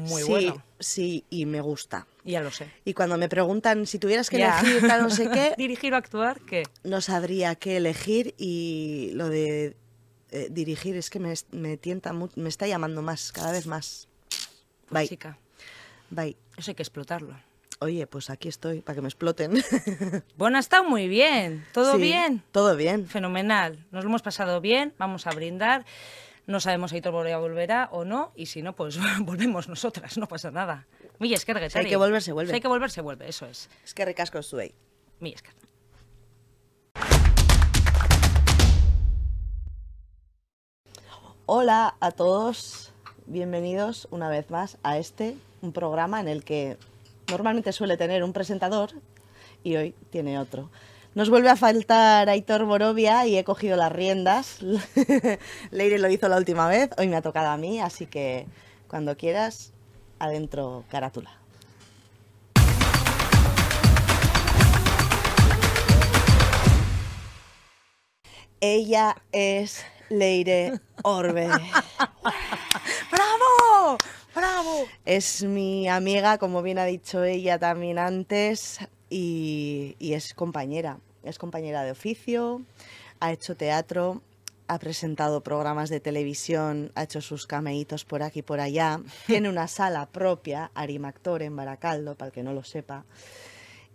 S1: muy
S2: sí,
S1: bueno.
S2: Sí, y me gusta.
S1: Ya lo sé.
S2: Y cuando me preguntan si tuvieras que
S1: Ya.
S2: elegir tal no sé qué,
S1: Dirigir o actuar, ¿qué?
S2: no sabría qué elegir y lo de eh, dirigir es que me, es- me tienta mu- me está llamando más, cada vez más.
S1: Pues,
S2: Bye,
S1: chica,
S2: bye.
S1: eso hay que explotarlo.
S2: Oye, pues aquí estoy para que me exploten.
S1: Bueno, ha estado muy bien. ¿Todo
S2: Sí,
S1: bien?
S2: Todo bien.
S1: Fenomenal. Nos lo hemos pasado bien. Vamos a brindar. No sabemos si Aitor Borea volverá o no. Y si no, pues volvemos nosotras. No pasa nada. Milla, es que
S2: Si hay que volver, se vuelve.
S1: hay que volver, se vuelve. Eso es.
S2: Es que recasco estuve.
S1: Milla, Escar.
S2: Hola a todos, bienvenidos una vez más a este, un programa en el que normalmente suele tener un presentador y hoy tiene otro. Nos vuelve a faltar Aitor Borovia y he cogido las riendas. Leire lo hizo la última vez, hoy me ha tocado a mí, así que cuando quieras, adentro carátula. Ella es Leire Orbe.
S1: ¡Bravo! ¡Bravo!
S2: Es mi amiga, como bien ha dicho ella también antes, y, y es compañera. Es compañera de oficio, ha hecho teatro, ha presentado programas de televisión, ha hecho sus cameitos por aquí y por allá. Tiene una sala propia, Arimactor, en Baracaldo, para el que no lo sepa.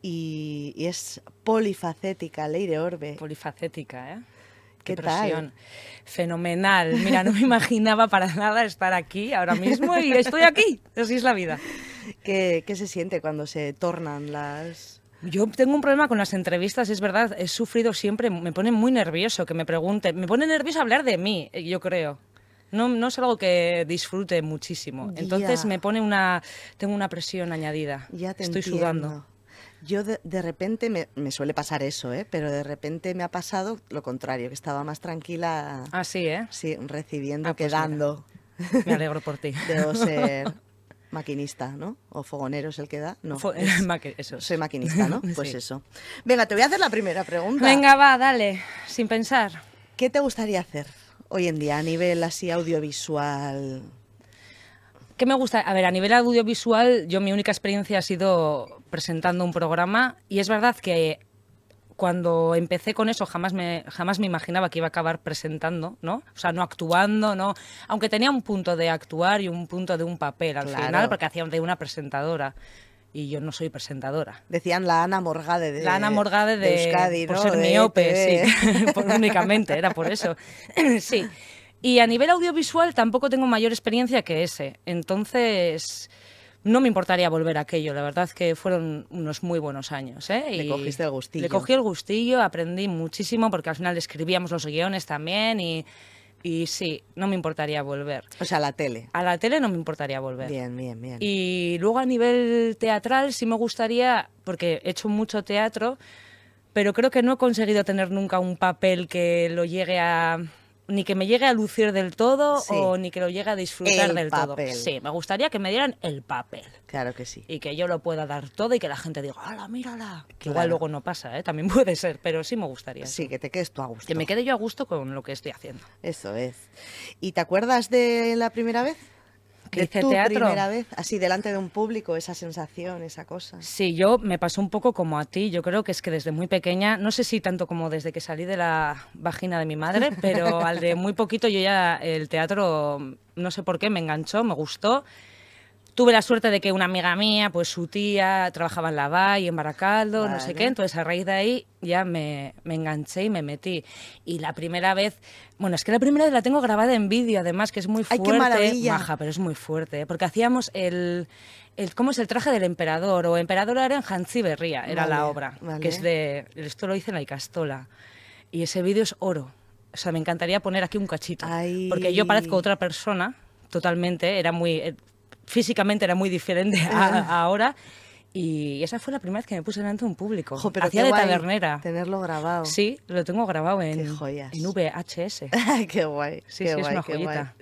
S2: Y, y es polifacética, Leire Orbe.
S1: Polifacética, ¿eh?
S2: ¿Qué tal?
S1: presión. Fenomenal. Mira, no me imaginaba para nada estar aquí ahora mismo y estoy aquí. Así es la vida.
S2: ¿Qué, ¿Qué se siente cuando se tornan las...?
S1: Yo tengo un problema con las entrevistas, es verdad, he sufrido siempre, me pone muy nervioso que me pregunten, me pone nervioso hablar de mí, eh, yo creo. No, no es algo que disfrute muchísimo. Entonces
S2: Ya.
S1: me pone una. Tengo una presión añadida.
S2: Ya te
S1: Estoy sudando.
S2: entiendo. Yo de, de repente, me, me suele pasar eso, ¿eh? pero de repente me ha pasado lo contrario, que estaba más tranquila
S1: Así, ¿eh?
S2: sí, recibiendo
S1: Ah,
S2: que
S1: pues mira.
S2: dando.
S1: Me alegro por ti.
S2: Debo ser maquinista, ¿no? O fogonero es el que da. No,
S1: Fo-
S2: es-
S1: Ma- que- eso es.
S2: soy maquinista, ¿no? Pues
S1: Sí.
S2: eso. Venga, te voy a hacer la primera pregunta.
S1: Venga, va, dale, sin pensar.
S2: ¿Qué te gustaría hacer hoy en día a nivel así audiovisual?
S1: ¿Qué me gusta? A ver, a nivel audiovisual, yo mi única experiencia ha sido presentando un programa y es verdad que cuando empecé con eso jamás me, jamás me imaginaba que iba a acabar presentando, ¿no? O sea, no actuando, ¿no? Aunque tenía un punto de actuar y un punto de un papel al
S2: Claro.
S1: final, porque hacía de una presentadora y yo no soy presentadora.
S2: Decían la Ana Morgade de
S1: La Ana Morgade de,
S2: Euskadi,
S1: por
S2: ¿no?
S1: ser
S2: De
S1: miope,
S2: TV.
S1: sí, por- únicamente, era por eso. sí. Y a nivel audiovisual tampoco tengo mayor experiencia que ese. Entonces, no me importaría volver a aquello. La verdad que fueron unos muy buenos años. ¿eh?
S2: Le
S1: Y
S2: cogiste el gustillo.
S1: Le cogí el gustillo, aprendí muchísimo porque al final escribíamos los guiones también y, y sí, no me importaría volver.
S2: O sea, la tele.
S1: A la tele no me importaría volver.
S2: Bien, bien, bien.
S1: Y luego a nivel teatral sí me gustaría, porque he hecho mucho teatro, pero creo que no he conseguido tener nunca un papel que lo llegue a ni que me llegue a lucir del todo
S2: Sí.
S1: o ni que lo llegue a disfrutar
S2: El
S1: del
S2: papel.
S1: todo. Sí, me gustaría que me dieran el papel
S2: Claro que sí.
S1: y que yo lo pueda dar todo y que la gente diga, ¡hala, mírala! Que
S2: Claro.
S1: igual luego no pasa, ¿eh? también puede ser, pero sí me gustaría. eso.
S2: Sí, que te quedes tú a gusto.
S1: Que me quede yo a gusto con lo que estoy haciendo.
S2: Eso es. ¿Y te acuerdas de la primera vez?
S1: que
S2: de
S1: hice
S2: tu
S1: teatro.
S2: primera vez, así delante de un público, esa sensación, esa cosa.
S1: Sí, yo me pasó un poco como a ti. Yo creo que es que desde muy pequeña, no sé si tanto como desde que salí de la vagina de mi madre, pero al de muy poquito yo ya el teatro, no sé por qué, me enganchó, me gustó. Tuve la suerte de que una amiga mía, pues su tía, trabajaba en la VAI, en Baracaldo, no sé
S2: Vale.
S1: qué. Entonces a raíz de ahí ya me, me enganché y me metí. Y la primera vez, bueno, es que la primera vez la tengo grabada en vídeo, además, que es muy
S2: ¡Ay,
S1: fuerte.
S2: qué maravilla!
S1: Maja, pero es muy fuerte, ¿eh? porque hacíamos el, el- ¿Cómo es el traje del emperador? O emperador era en Hansi Berría, era
S2: Vale,
S1: la obra.
S2: vale.
S1: Que es de. Esto lo hice en la Icastola. Y ese vídeo es oro. O sea, me encantaría poner aquí un cachito.
S2: Ay.
S1: Porque yo parezco otra persona, totalmente. Era muy. eh, Físicamente era muy diferente a- a ahora. Y esa fue la primera vez que me puse delante de un público.
S2: Jo, pero
S1: pues, Hacía
S2: qué
S1: de
S2: guay
S1: tabernera.
S2: Tenerlo grabado.
S1: Sí, lo tengo grabado en,
S2: Qué joyas.
S1: en VHS.
S2: qué guay.
S1: Sí, sí,
S2: qué
S1: es
S2: guay,
S1: una
S2: qué guay.
S1: joyita.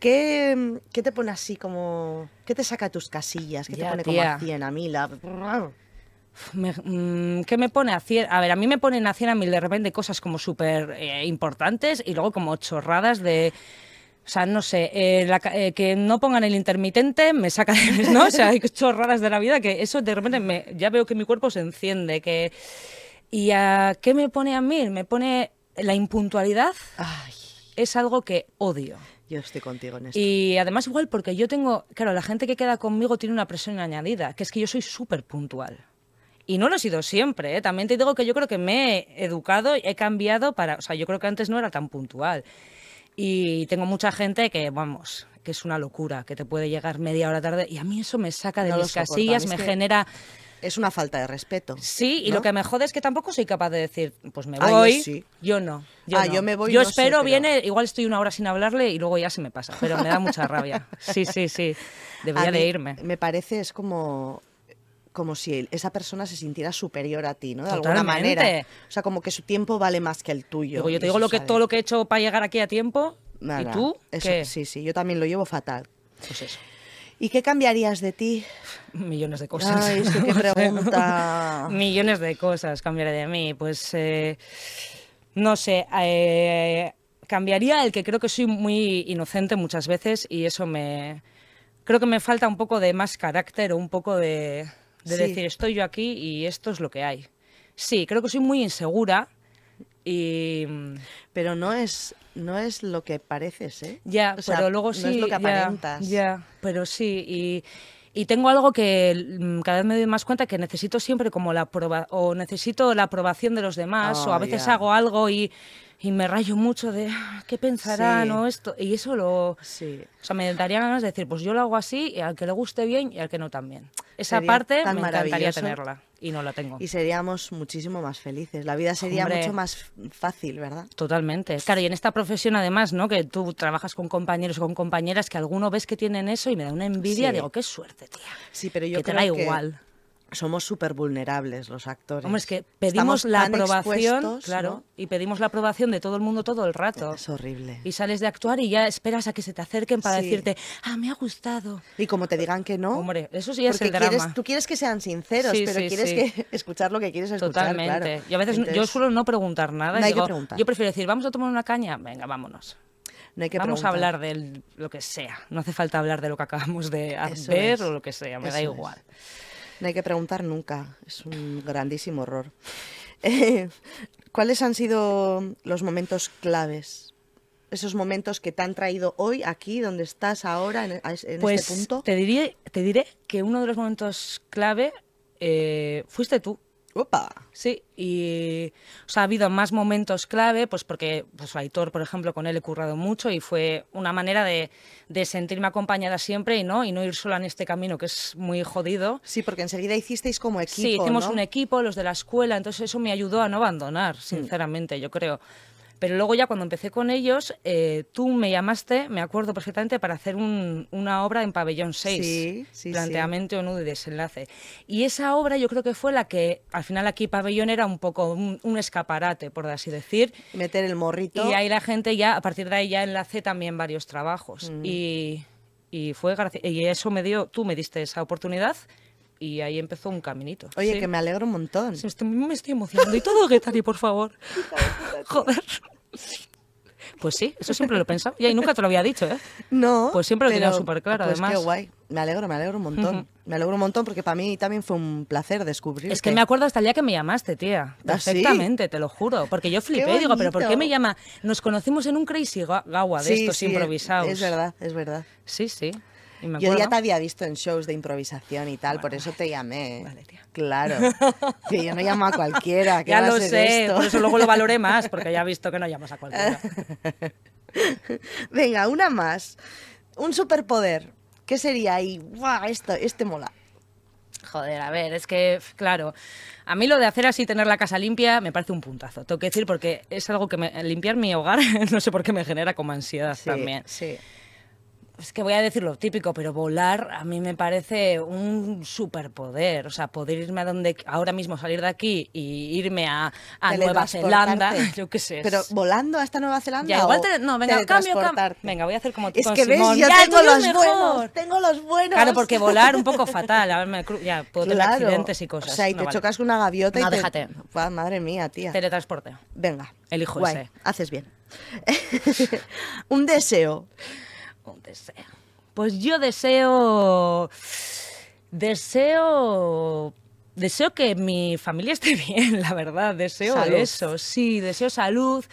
S2: ¿Qué, mm, qué te pone así como.? ¿Qué te saca de tus casillas? ¿Qué te
S1: Ya,
S2: pone como
S1: tía.
S2: a 100, a 1000? a-
S1: Me- mm, ¿Qué me pone a 100? A ver, a mí me ponen a 100 a mil de repente cosas como súper eh, importantes y luego como chorradas de... O sea, no sé, eh, la ca- eh, que no pongan el intermitente me saca de... ¿no? O sea, hay chorradas de la vida que eso de repente me, ya veo que mi cuerpo se enciende. que ¿Y a qué me pone a mil? Me pone la impuntualidad.
S2: Ay,
S1: Es algo que odio.
S2: yo estoy contigo en esto.
S1: Y además igual porque yo tengo, claro, la gente que queda conmigo tiene una presión añadida, que es que yo soy súper puntual. Y no lo he sido siempre, ¿eh? también te digo que yo creo que me he educado, he cambiado para, o sea, yo creo que antes no era tan puntual. Y tengo mucha gente que, vamos, que es una locura, que te puede llegar media hora tarde y a mí eso me saca de
S2: No lo
S1: mis
S2: soporto, a
S1: casillas,
S2: mí es
S1: me
S2: que-
S1: genera...
S2: Es una falta de respeto.
S1: Sí, y
S2: ¿no?
S1: lo que me jode es que tampoco soy capaz de decir, pues me
S2: Ah, yo
S1: voy.
S2: sí.
S1: Yo no. Yo,
S2: Ah,
S1: no.
S2: yo me voy,
S1: Yo
S2: no sé,
S1: espero,
S2: pero-
S1: viene, igual estoy una hora sin hablarle y luego ya se me pasa, pero me da mucha rabia. Sí, sí, sí. Debería
S2: A mí
S1: de irme.
S2: Me parece es como como si esa persona se sintiera superior a ti, ¿no? De alguna
S1: Totalmente.
S2: manera. O sea, como que su tiempo vale más que el tuyo.
S1: Digo, yo te
S2: Y
S1: digo
S2: eso
S1: lo que,
S2: sabe-
S1: todo lo que he hecho para llegar aquí a tiempo. ¿Y
S2: Nada,
S1: tú?
S2: eso-
S1: ¿Qué?
S2: Sí, sí, yo también lo llevo fatal.
S1: Pues eso.
S2: ¿Y qué cambiarías de ti?
S1: Millones de cosas.
S2: Ay, es que qué
S1: O sea,
S2: pregunta.
S1: Millones de cosas cambiaré de mí. Pues eh, no sé. eh, cambiaría el que creo que soy muy inocente muchas veces y eso me. Creo que me falta un poco de más carácter o un poco de, de
S2: Sí.
S1: decir estoy yo aquí y esto es lo que hay. Sí, creo que soy muy insegura y mm,
S2: Pero no es, no es lo que pareces, ¿eh?
S1: ya,
S2: O sea,
S1: pero luego sí.
S2: No es lo que
S1: ya,
S2: aparentas.
S1: Ya, pero sí. Y, y tengo algo que mm, cada vez me doy más cuenta que necesito siempre como la aproba- o necesito la aprobación de los demás, o
S2: Ah,
S1: a veces
S2: ya.
S1: hago algo y, y me rayo mucho de "Ah, qué pensarán
S2: Sí.
S1: o esto. Y eso lo.
S2: Sí.
S1: O sea, me daría ganas de decir, pues yo lo hago así, y al que le guste bien y al que no también. Esa
S2: Sería
S1: parte
S2: tan
S1: me encantaría
S2: maravilloso.
S1: tenerla y no la tengo.
S2: Y seríamos muchísimo más felices. La vida sería
S1: Hombre.
S2: mucho más f- fácil, ¿verdad?
S1: Totalmente. Claro, y en esta profesión además, ¿no? Que tú trabajas con compañeros, con compañeras que alguno ves que tienen eso y me da una envidia.
S2: Sí.
S1: Digo, qué suerte, tía.
S2: Sí, pero yo
S1: que te
S2: creo
S1: da
S2: que
S1: igual.
S2: somos súper vulnerables los actores.
S1: Hombre, es que
S2: Estamos
S1: pedimos la
S2: tan
S1: aprobación,
S2: expuestos,
S1: claro,
S2: ¿no?
S1: y pedimos la aprobación de todo el mundo todo el rato.
S2: Es horrible.
S1: Y sales de actuar y ya esperas a que se te acerquen para
S2: Sí.
S1: decirte, ah, me ha gustado.
S2: Y como te digan que no.
S1: Hombre, eso sí es
S2: porque
S1: el drama.
S2: quieres- tú quieres que sean sinceros,
S1: Sí,
S2: pero
S1: sí,
S2: quieres
S1: sí.
S2: que escuchar lo que quieres escuchar.
S1: Totalmente.
S2: claro.
S1: Yo a veces no- yo
S2: Entonces,
S1: suelo no preguntar nada.
S2: No hay que
S1: digo,
S2: preguntar.
S1: Yo prefiero decir, vamos a tomar una caña, venga, vámonos.
S2: no hay que
S1: Vamos
S2: preguntar.
S1: a hablar de lo que sea. No hace falta hablar de lo que acabamos de
S2: Eso
S1: ver
S2: es.
S1: o lo que sea, me da
S2: Eso es.
S1: igual.
S2: No hay que preguntar nunca. Es un grandísimo error. Eh, ¿Cuáles han sido los momentos claves? Esos momentos que te han traído hoy aquí, donde estás ahora, en, a- en
S1: pues
S2: este punto.
S1: Te, diré, te diré que uno de los momentos clave eh, fuiste tú.
S2: ¡Opa!
S1: Sí, y o sea, ha habido más momentos clave, pues porque pues Aitor, por ejemplo, con él he currado mucho y fue una manera de, de sentirme acompañada siempre y no, y no ir sola en este camino que es muy jodido.
S2: Sí, porque enseguida hicisteis como equipo.
S1: sí, hicimos
S2: ¿no? Mm.
S1: un equipo, los de la escuela, entonces eso me ayudó a no abandonar, sinceramente, yo creo. Pero luego ya cuando empecé con ellos, eh, tú me llamaste, me acuerdo perfectamente, para hacer un- una obra en Pabellón 6,
S2: Sí, sí, sí.
S1: planteamiento, nudo y desenlace. Y esa obra yo creo que fue la que, al final aquí Pabellón era un poco un, un escaparate, por así decir,
S2: Meter el morrito.
S1: y ahí la gente ya, a partir de ahí ya enlacé también varios trabajos.
S2: Mm.
S1: Y, y fue gracia- Y eso me dio, tú me diste esa oportunidad y ahí empezó un caminito.
S2: Oye,
S1: Sí.
S2: que me alegro un montón.
S1: Sí, estoy- me estoy emocionando. Y todo Getari, por favor. Joder. Pues sí, eso siempre lo he pensado. Ya, y nunca te lo había dicho, ¿eh?
S2: No.
S1: Pues siempre lo he
S2: pero,
S1: tenido súper claro,
S2: pues
S1: además.
S2: Qué guay. Me alegro, me alegro un montón.
S1: Ujú.
S2: Me alegro un montón porque para mí también fue un placer descubrir.
S1: Es que me acuerdo hasta el día que me llamaste, tía.
S2: ¿Ah, sí?
S1: Perfectamente, te lo juro. Porque yo flipé, digo, pero ¿por qué
S2: bonito.
S1: me llama? Nos conocimos en un Crazy Ga- Gawa de estos improvisados.
S2: Es verdad, es verdad.
S1: Sí, sí. Y me
S2: Yo
S1: acuerdo.
S2: ya te había visto en shows de improvisación y tal, por eso te llamé.
S1: Valeria.
S2: Claro. Que yo no llamo a cualquiera. ¿qué
S1: Ya
S2: va a
S1: lo
S2: ser
S1: sé,
S2: esto?
S1: por eso luego lo valoré más, porque ya he visto que no llamas a cualquiera.
S2: Venga, una más. Un superpoder. ¿Qué sería ahí? ¡Guau! Esto, este mola.
S1: Joder, a ver, es que, f- claro, a mí lo de hacer así, tener la casa limpia, me parece un puntazo. Tengo que decir, porque es algo que me- limpiar mi hogar, no sé por qué me genera como ansiedad
S2: Sí,
S1: también.
S2: Sí.
S1: Es que voy a decir lo típico, pero volar a mí me parece un superpoder. O sea, poder irme a donde qu- ahora mismo salir de aquí y irme a, a Nueva Zelanda,
S2: Teletransportarte.
S1: yo qué sé.
S2: Pero
S1: es-
S2: volando hasta Nueva Zelanda.
S1: ya, igual
S2: o
S1: te, no, venga, cambio, cambio.
S2: teletransportarte?
S1: Venga, voy a hacer como tú
S2: Es
S1: con
S2: que ves,
S1: Simón.
S2: yo
S1: Ya, el
S2: tengo
S1: tuyo es
S2: los
S1: mejor.
S2: buenos. Tengo los buenos.
S1: Claro, porque volar un poco fatal, a ver, me cru- ya puedo tener
S2: Claro.
S1: accidentes y cosas.
S2: O sea, y
S1: no
S2: te
S1: vale.
S2: chocas con una gaviota
S1: No,
S2: y te-
S1: déjate.
S2: Buah, madre mía, tía.
S1: Teletransporte.
S2: Venga.
S1: Elijo
S2: Guay,
S1: ese.
S2: Haces bien. Un deseo.
S1: Un deseo. Pues yo deseo. Deseo. Deseo que mi familia esté bien, la verdad. Deseo
S2: Salud.
S1: eso. Sí, deseo salud.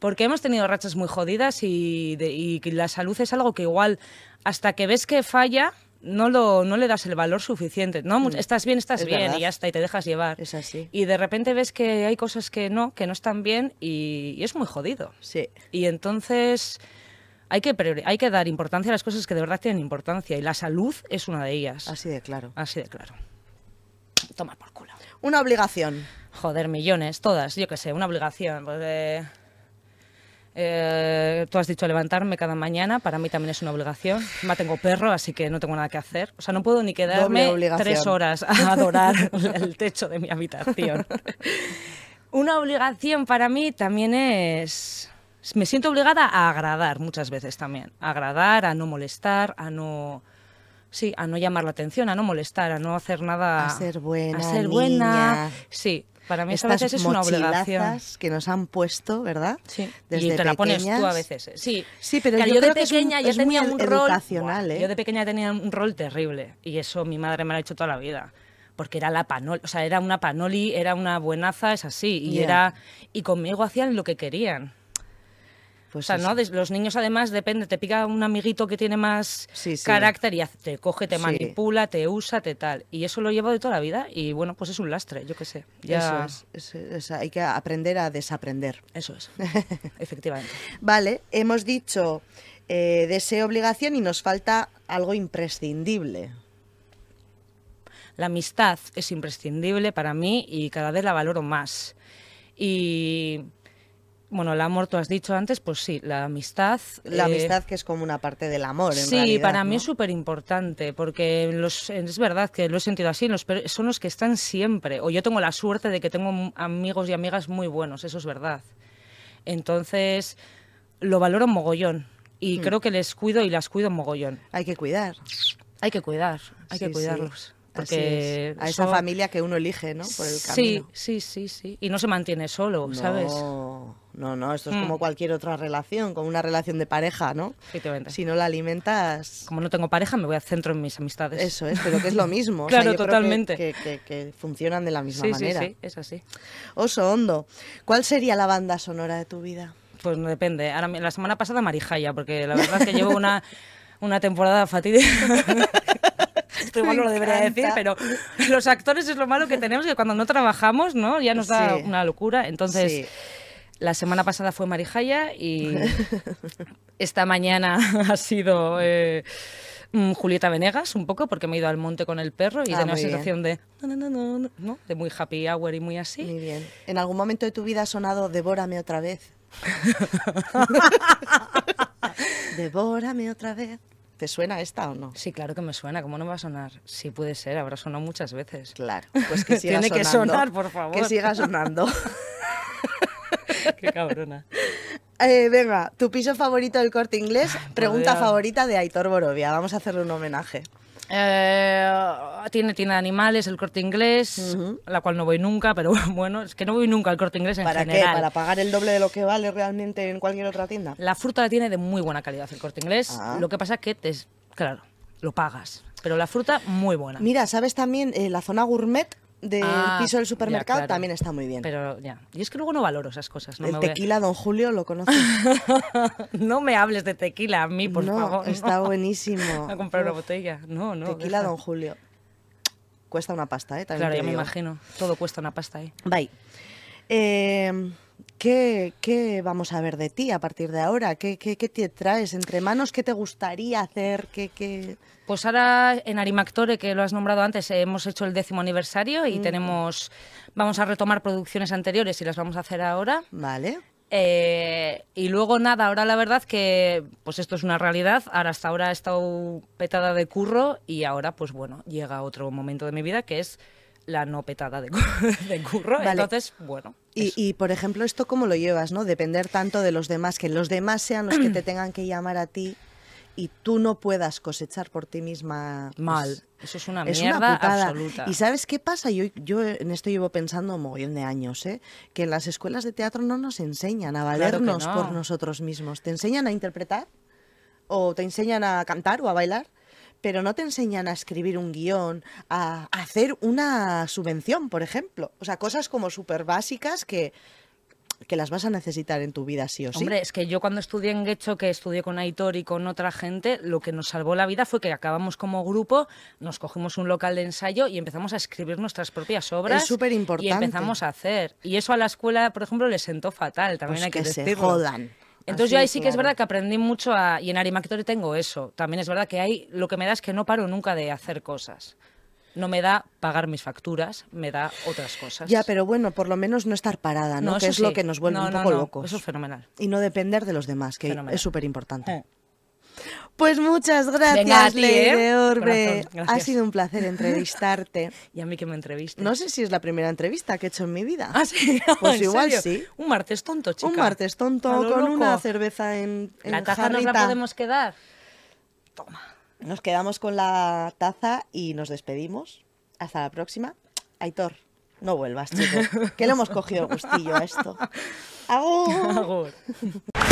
S1: Porque hemos tenido rachas muy jodidas y, de- y que la salud es algo que igual hasta que ves que falla no, lo, no le das el valor suficiente. ¿no? Mu- Estás bien, estás
S2: Mm. Es
S1: bien
S2: verdad.
S1: y ya está, y te dejas llevar.
S2: Es así.
S1: Y de repente ves que hay cosas que no, que no están bien y- y es muy jodido.
S2: Sí.
S1: Y entonces hay que, priori- hay que dar importancia a las cosas que de verdad tienen importancia y la salud es una de ellas. Así,
S2: Así de claro.
S1: de claro. Toma por culo.
S2: Una obligación.
S1: Joder, millones, todas, yo qué sé, una obligación. pues, eh, eh, tú has dicho levantarme cada mañana, para mí también es una obligación. Encima tengo perro, así que no tengo nada que hacer. O sea, no puedo ni quedarme
S2: obligación.
S1: tres horas a adorar el techo de mi habitación. Una obligación para mí también es... Me siento obligada a agradar muchas veces también. A agradar, a no molestar, a no... Sí, a no llamar la atención, a no molestar, a no hacer nada...
S2: A ser buena,
S1: A ser buena.
S2: niña.
S1: Sí, para mí eso a
S2: Estas
S1: veces es una obligación.
S2: mochilazas que nos han puesto, ¿verdad?
S1: Sí.
S2: Desde
S1: y te la pones tú a
S2: pequeñas.
S1: veces. eh. Sí,
S2: Sí, pero
S1: Claro,
S2: yo
S1: yo, de
S2: creo que es un-
S1: pequeña ya
S2: es muy
S1: tenía
S2: ed-
S1: un rol.
S2: educacional,
S1: Buah,
S2: ¿eh?
S1: Yo de pequeña tenía un rol terrible. Y eso mi madre me lo ha hecho toda la vida. Porque era la panoli, o sea, era una panoli, era una buenaza, es así. Y
S2: Ya.
S1: era. Y conmigo hacían lo que querían. O
S2: Pues
S1: sea,
S2: eso.
S1: ¿no? Des- Los niños, además, depende, te pica un amiguito que tiene más
S2: Sí, sí.
S1: carácter y hace- te coge, te
S2: Sí.
S1: manipula, te usa, te tal. Y eso lo llevo de toda la vida y bueno, pues es un lastre, yo qué sé. Ya...
S2: Eso es, eso es, hay que aprender a desaprender.
S1: Eso es. Efectivamente.
S2: Vale, hemos dicho eh, deseo, obligación y nos falta algo imprescindible.
S1: La amistad es imprescindible para mí y cada vez la valoro más. Y bueno, el amor, tú has dicho antes, pues sí, la amistad.
S2: La
S1: eh,
S2: amistad que es como una parte del amor, en
S1: Sí,
S2: realidad,
S1: para mí
S2: ¿no?
S1: es súper importante, porque los, es verdad que lo he sentido así, los, per- son los que están siempre. O yo tengo la suerte de que tengo m- amigos y amigas muy buenos, eso es verdad. Entonces, lo valoro mogollón.
S2: Mm.
S1: Y creo que les cuido y las cuido mogollón.
S2: Hay que cuidar.
S1: Hay que cuidar, hay
S2: Sí,
S1: que
S2: sí.
S1: cuidarlos.
S2: Así
S1: Porque
S2: es. A esa
S1: eso-
S2: familia que uno elige, ¿no? Por el
S1: Sí,
S2: camino.
S1: sí, sí, sí. Y no se mantiene solo, ¿sabes?
S2: No, no, no, esto es
S1: Mm.
S2: como cualquier otra relación, como una relación de pareja, ¿no?
S1: Efectivamente.
S2: Si no la alimentas,
S1: Como no tengo pareja, me voy a centro en mis amistades.
S2: eso es, pero que es lo mismo. o sea,
S1: Claro,
S2: yo creo que-
S1: totalmente.
S2: que, que- que funcionan de la misma
S1: Sí, sí,
S2: manera.
S1: sí, es así.
S2: Oso Hondo, ¿cuál sería la banda sonora de tu vida?
S1: Pues no depende. Ahora, mi- la semana pasada Marijaya, porque la verdad es que llevo una, una temporada fatídica. Esto igual
S2: Me
S1: no lo debería decir,
S2: encanta.
S1: pero los actores es lo malo que tenemos, que cuando no trabajamos, ¿no? Ya nos da
S2: Sí.
S1: una locura. Entonces,
S2: Sí.
S1: la semana pasada fue Marijaya y esta mañana ha sido eh, mm, Julieta Venegas, un poco, porque me he ido al monte con el perro y
S2: Ah,
S1: tenía una
S2: muy bien.
S1: sensación de, no, no, no, no, no, de muy happy hour y muy así.
S2: Muy bien. ¿En algún momento de tu vida ha sonado Devórame otra vez? Devórame otra vez. ¿Te suena esta o no?
S1: Sí, claro que me suena, ¿cómo no me va a sonar? Sí puede ser, habrá sonado muchas veces.
S2: Claro, pues que siga
S1: Tiene que
S2: sonando.
S1: sonar, por favor.
S2: Que siga sonando.
S1: Qué cabrona.
S2: Eh, venga, tu piso favorito del corte inglés, pregunta
S1: Dios.
S2: favorita de Aitor Borovia. Vamos a hacerle un homenaje.
S1: Eh, tiene tienda de animales, el corte inglés,
S2: Ujú.
S1: a la cual no voy nunca, pero bueno, es que no voy nunca al corte inglés en
S2: ¿Para qué?
S1: general.
S2: ¿Para pagar el doble de lo que vale realmente en cualquier otra tienda?
S1: La fruta la tiene de muy buena calidad el corte inglés.
S2: Ah.
S1: Lo que pasa es que, te, claro, lo pagas. Pero la fruta muy buena.
S2: Mira, ¿sabes también eh, la zona gourmet del
S1: Ah,
S2: piso del
S1: ya,
S2: supermercado?
S1: claro.
S2: También está muy bien.
S1: Pero ya. Y es que luego no valoro esas cosas. No,
S2: el
S1: me, voy a-
S2: tequila, don Julio, lo conoces.
S1: no me hables de tequila a mí, por
S2: no,
S1: favor. no.
S2: está buenísimo.
S1: Voy A comprar una
S2: Uf,
S1: botella. No, no.
S2: tequila,
S1: deja.
S2: don Julio. Cuesta una pasta, ¿eh? También
S1: Claro,
S2: te
S1: ya me
S2: digo.
S1: imagino. Todo cuesta una pasta ahí.
S2: Bye. Eh, ¿qué, qué vamos a ver de ti a partir de ahora? ¿Qué, qué- qué te traes entre manos? ¿Qué te gustaría hacer? ¿Qué, qué...
S1: Pues ahora en Arimactore, que lo has nombrado antes, eh, hemos hecho el décimo aniversario y tenemos, vamos a retomar producciones anteriores y las vamos a hacer ahora.
S2: Vale.
S1: Eh, y luego nada, ahora la verdad que pues esto es una realidad, ahora hasta ahora he estado petada de curro y ahora pues bueno, llega otro momento de mi vida que es la no petada de, cu- de curro.
S2: Vale.
S1: Entonces, bueno.
S2: Y,
S1: eso.
S2: y, por ejemplo, ¿esto cómo lo llevas? ¿no? Depender tanto de los demás, que los demás sean los que te tengan que llamar a ti y tú no puedas cosechar por ti misma. pues,
S1: Mal. Eso es una
S2: es
S1: mierda
S2: una putada.
S1: absoluta.
S2: ¿Y sabes qué pasa? Yo, yo en esto llevo pensando un mogollón de años, ¿eh? que en las escuelas de teatro no nos enseñan a
S1: que
S2: valernos
S1: no.
S2: por nosotros mismos. Te enseñan a interpretar o te enseñan a cantar o a bailar, pero no te enseñan a escribir un guión, a hacer una subvención, por ejemplo. O sea, cosas como súper básicas que, que las vas a necesitar en tu vida ¿Ah, sí o sí.
S1: Hombre, es que yo cuando estudié en Guecho, que estudié con Aitor y con otra gente, lo que nos salvó la vida fue que acabamos como grupo, nos cogimos un local de ensayo y empezamos a escribir nuestras propias obras.
S2: Es superimportante.
S1: Y empezamos a hacer. Y eso a la escuela, por ejemplo, le sentó fatal, también
S2: Pues
S1: hay que,
S2: que se
S1: decirlo.
S2: jodan.
S1: Entonces
S2: Así
S1: yo ahí
S2: de
S1: sí que es
S2: claro.
S1: verdad que aprendí mucho a... Y en Arimactore tengo eso. También es verdad que hay... Lo que me da es que no paro nunca de hacer cosas. No me da pagar mis facturas, me da otras cosas.
S2: Ya, pero bueno, por lo menos no estar parada, ¿no? que
S1: eso
S2: es lo
S1: sí.
S2: que nos vuelve
S1: No,
S2: un
S1: no,
S2: poco
S1: no,
S2: locos.
S1: Eso es fenomenal.
S2: y no depender de los demás, que
S1: Fenomenal.
S2: es súper importante.
S1: Eh.
S2: Pues muchas
S1: Venga, a
S2: gracias,
S1: ti,
S2: Leire
S1: ¿eh?
S2: Orbe.
S1: Corazón, gracias.
S2: ha sido un placer entrevistarte.
S1: Y a mí que me entreviste.
S2: No sé si es la primera entrevista que he hecho en mi vida.
S1: Ah, sí.
S2: Pues
S1: ¿En
S2: igual
S1: serio?
S2: sí.
S1: Un martes tonto, chica.
S2: Un martes tonto
S1: A lo
S2: con
S1: loco.
S2: una cerveza en, en
S1: La taza nos la
S2: jarrita.
S1: podemos quedar.
S2: Nos quedamos con la taza y nos despedimos. Hasta la próxima. Aitor, no vuelvas, chico, que le hemos cogido el gustillo a esto. ¡Agur!
S1: Agur.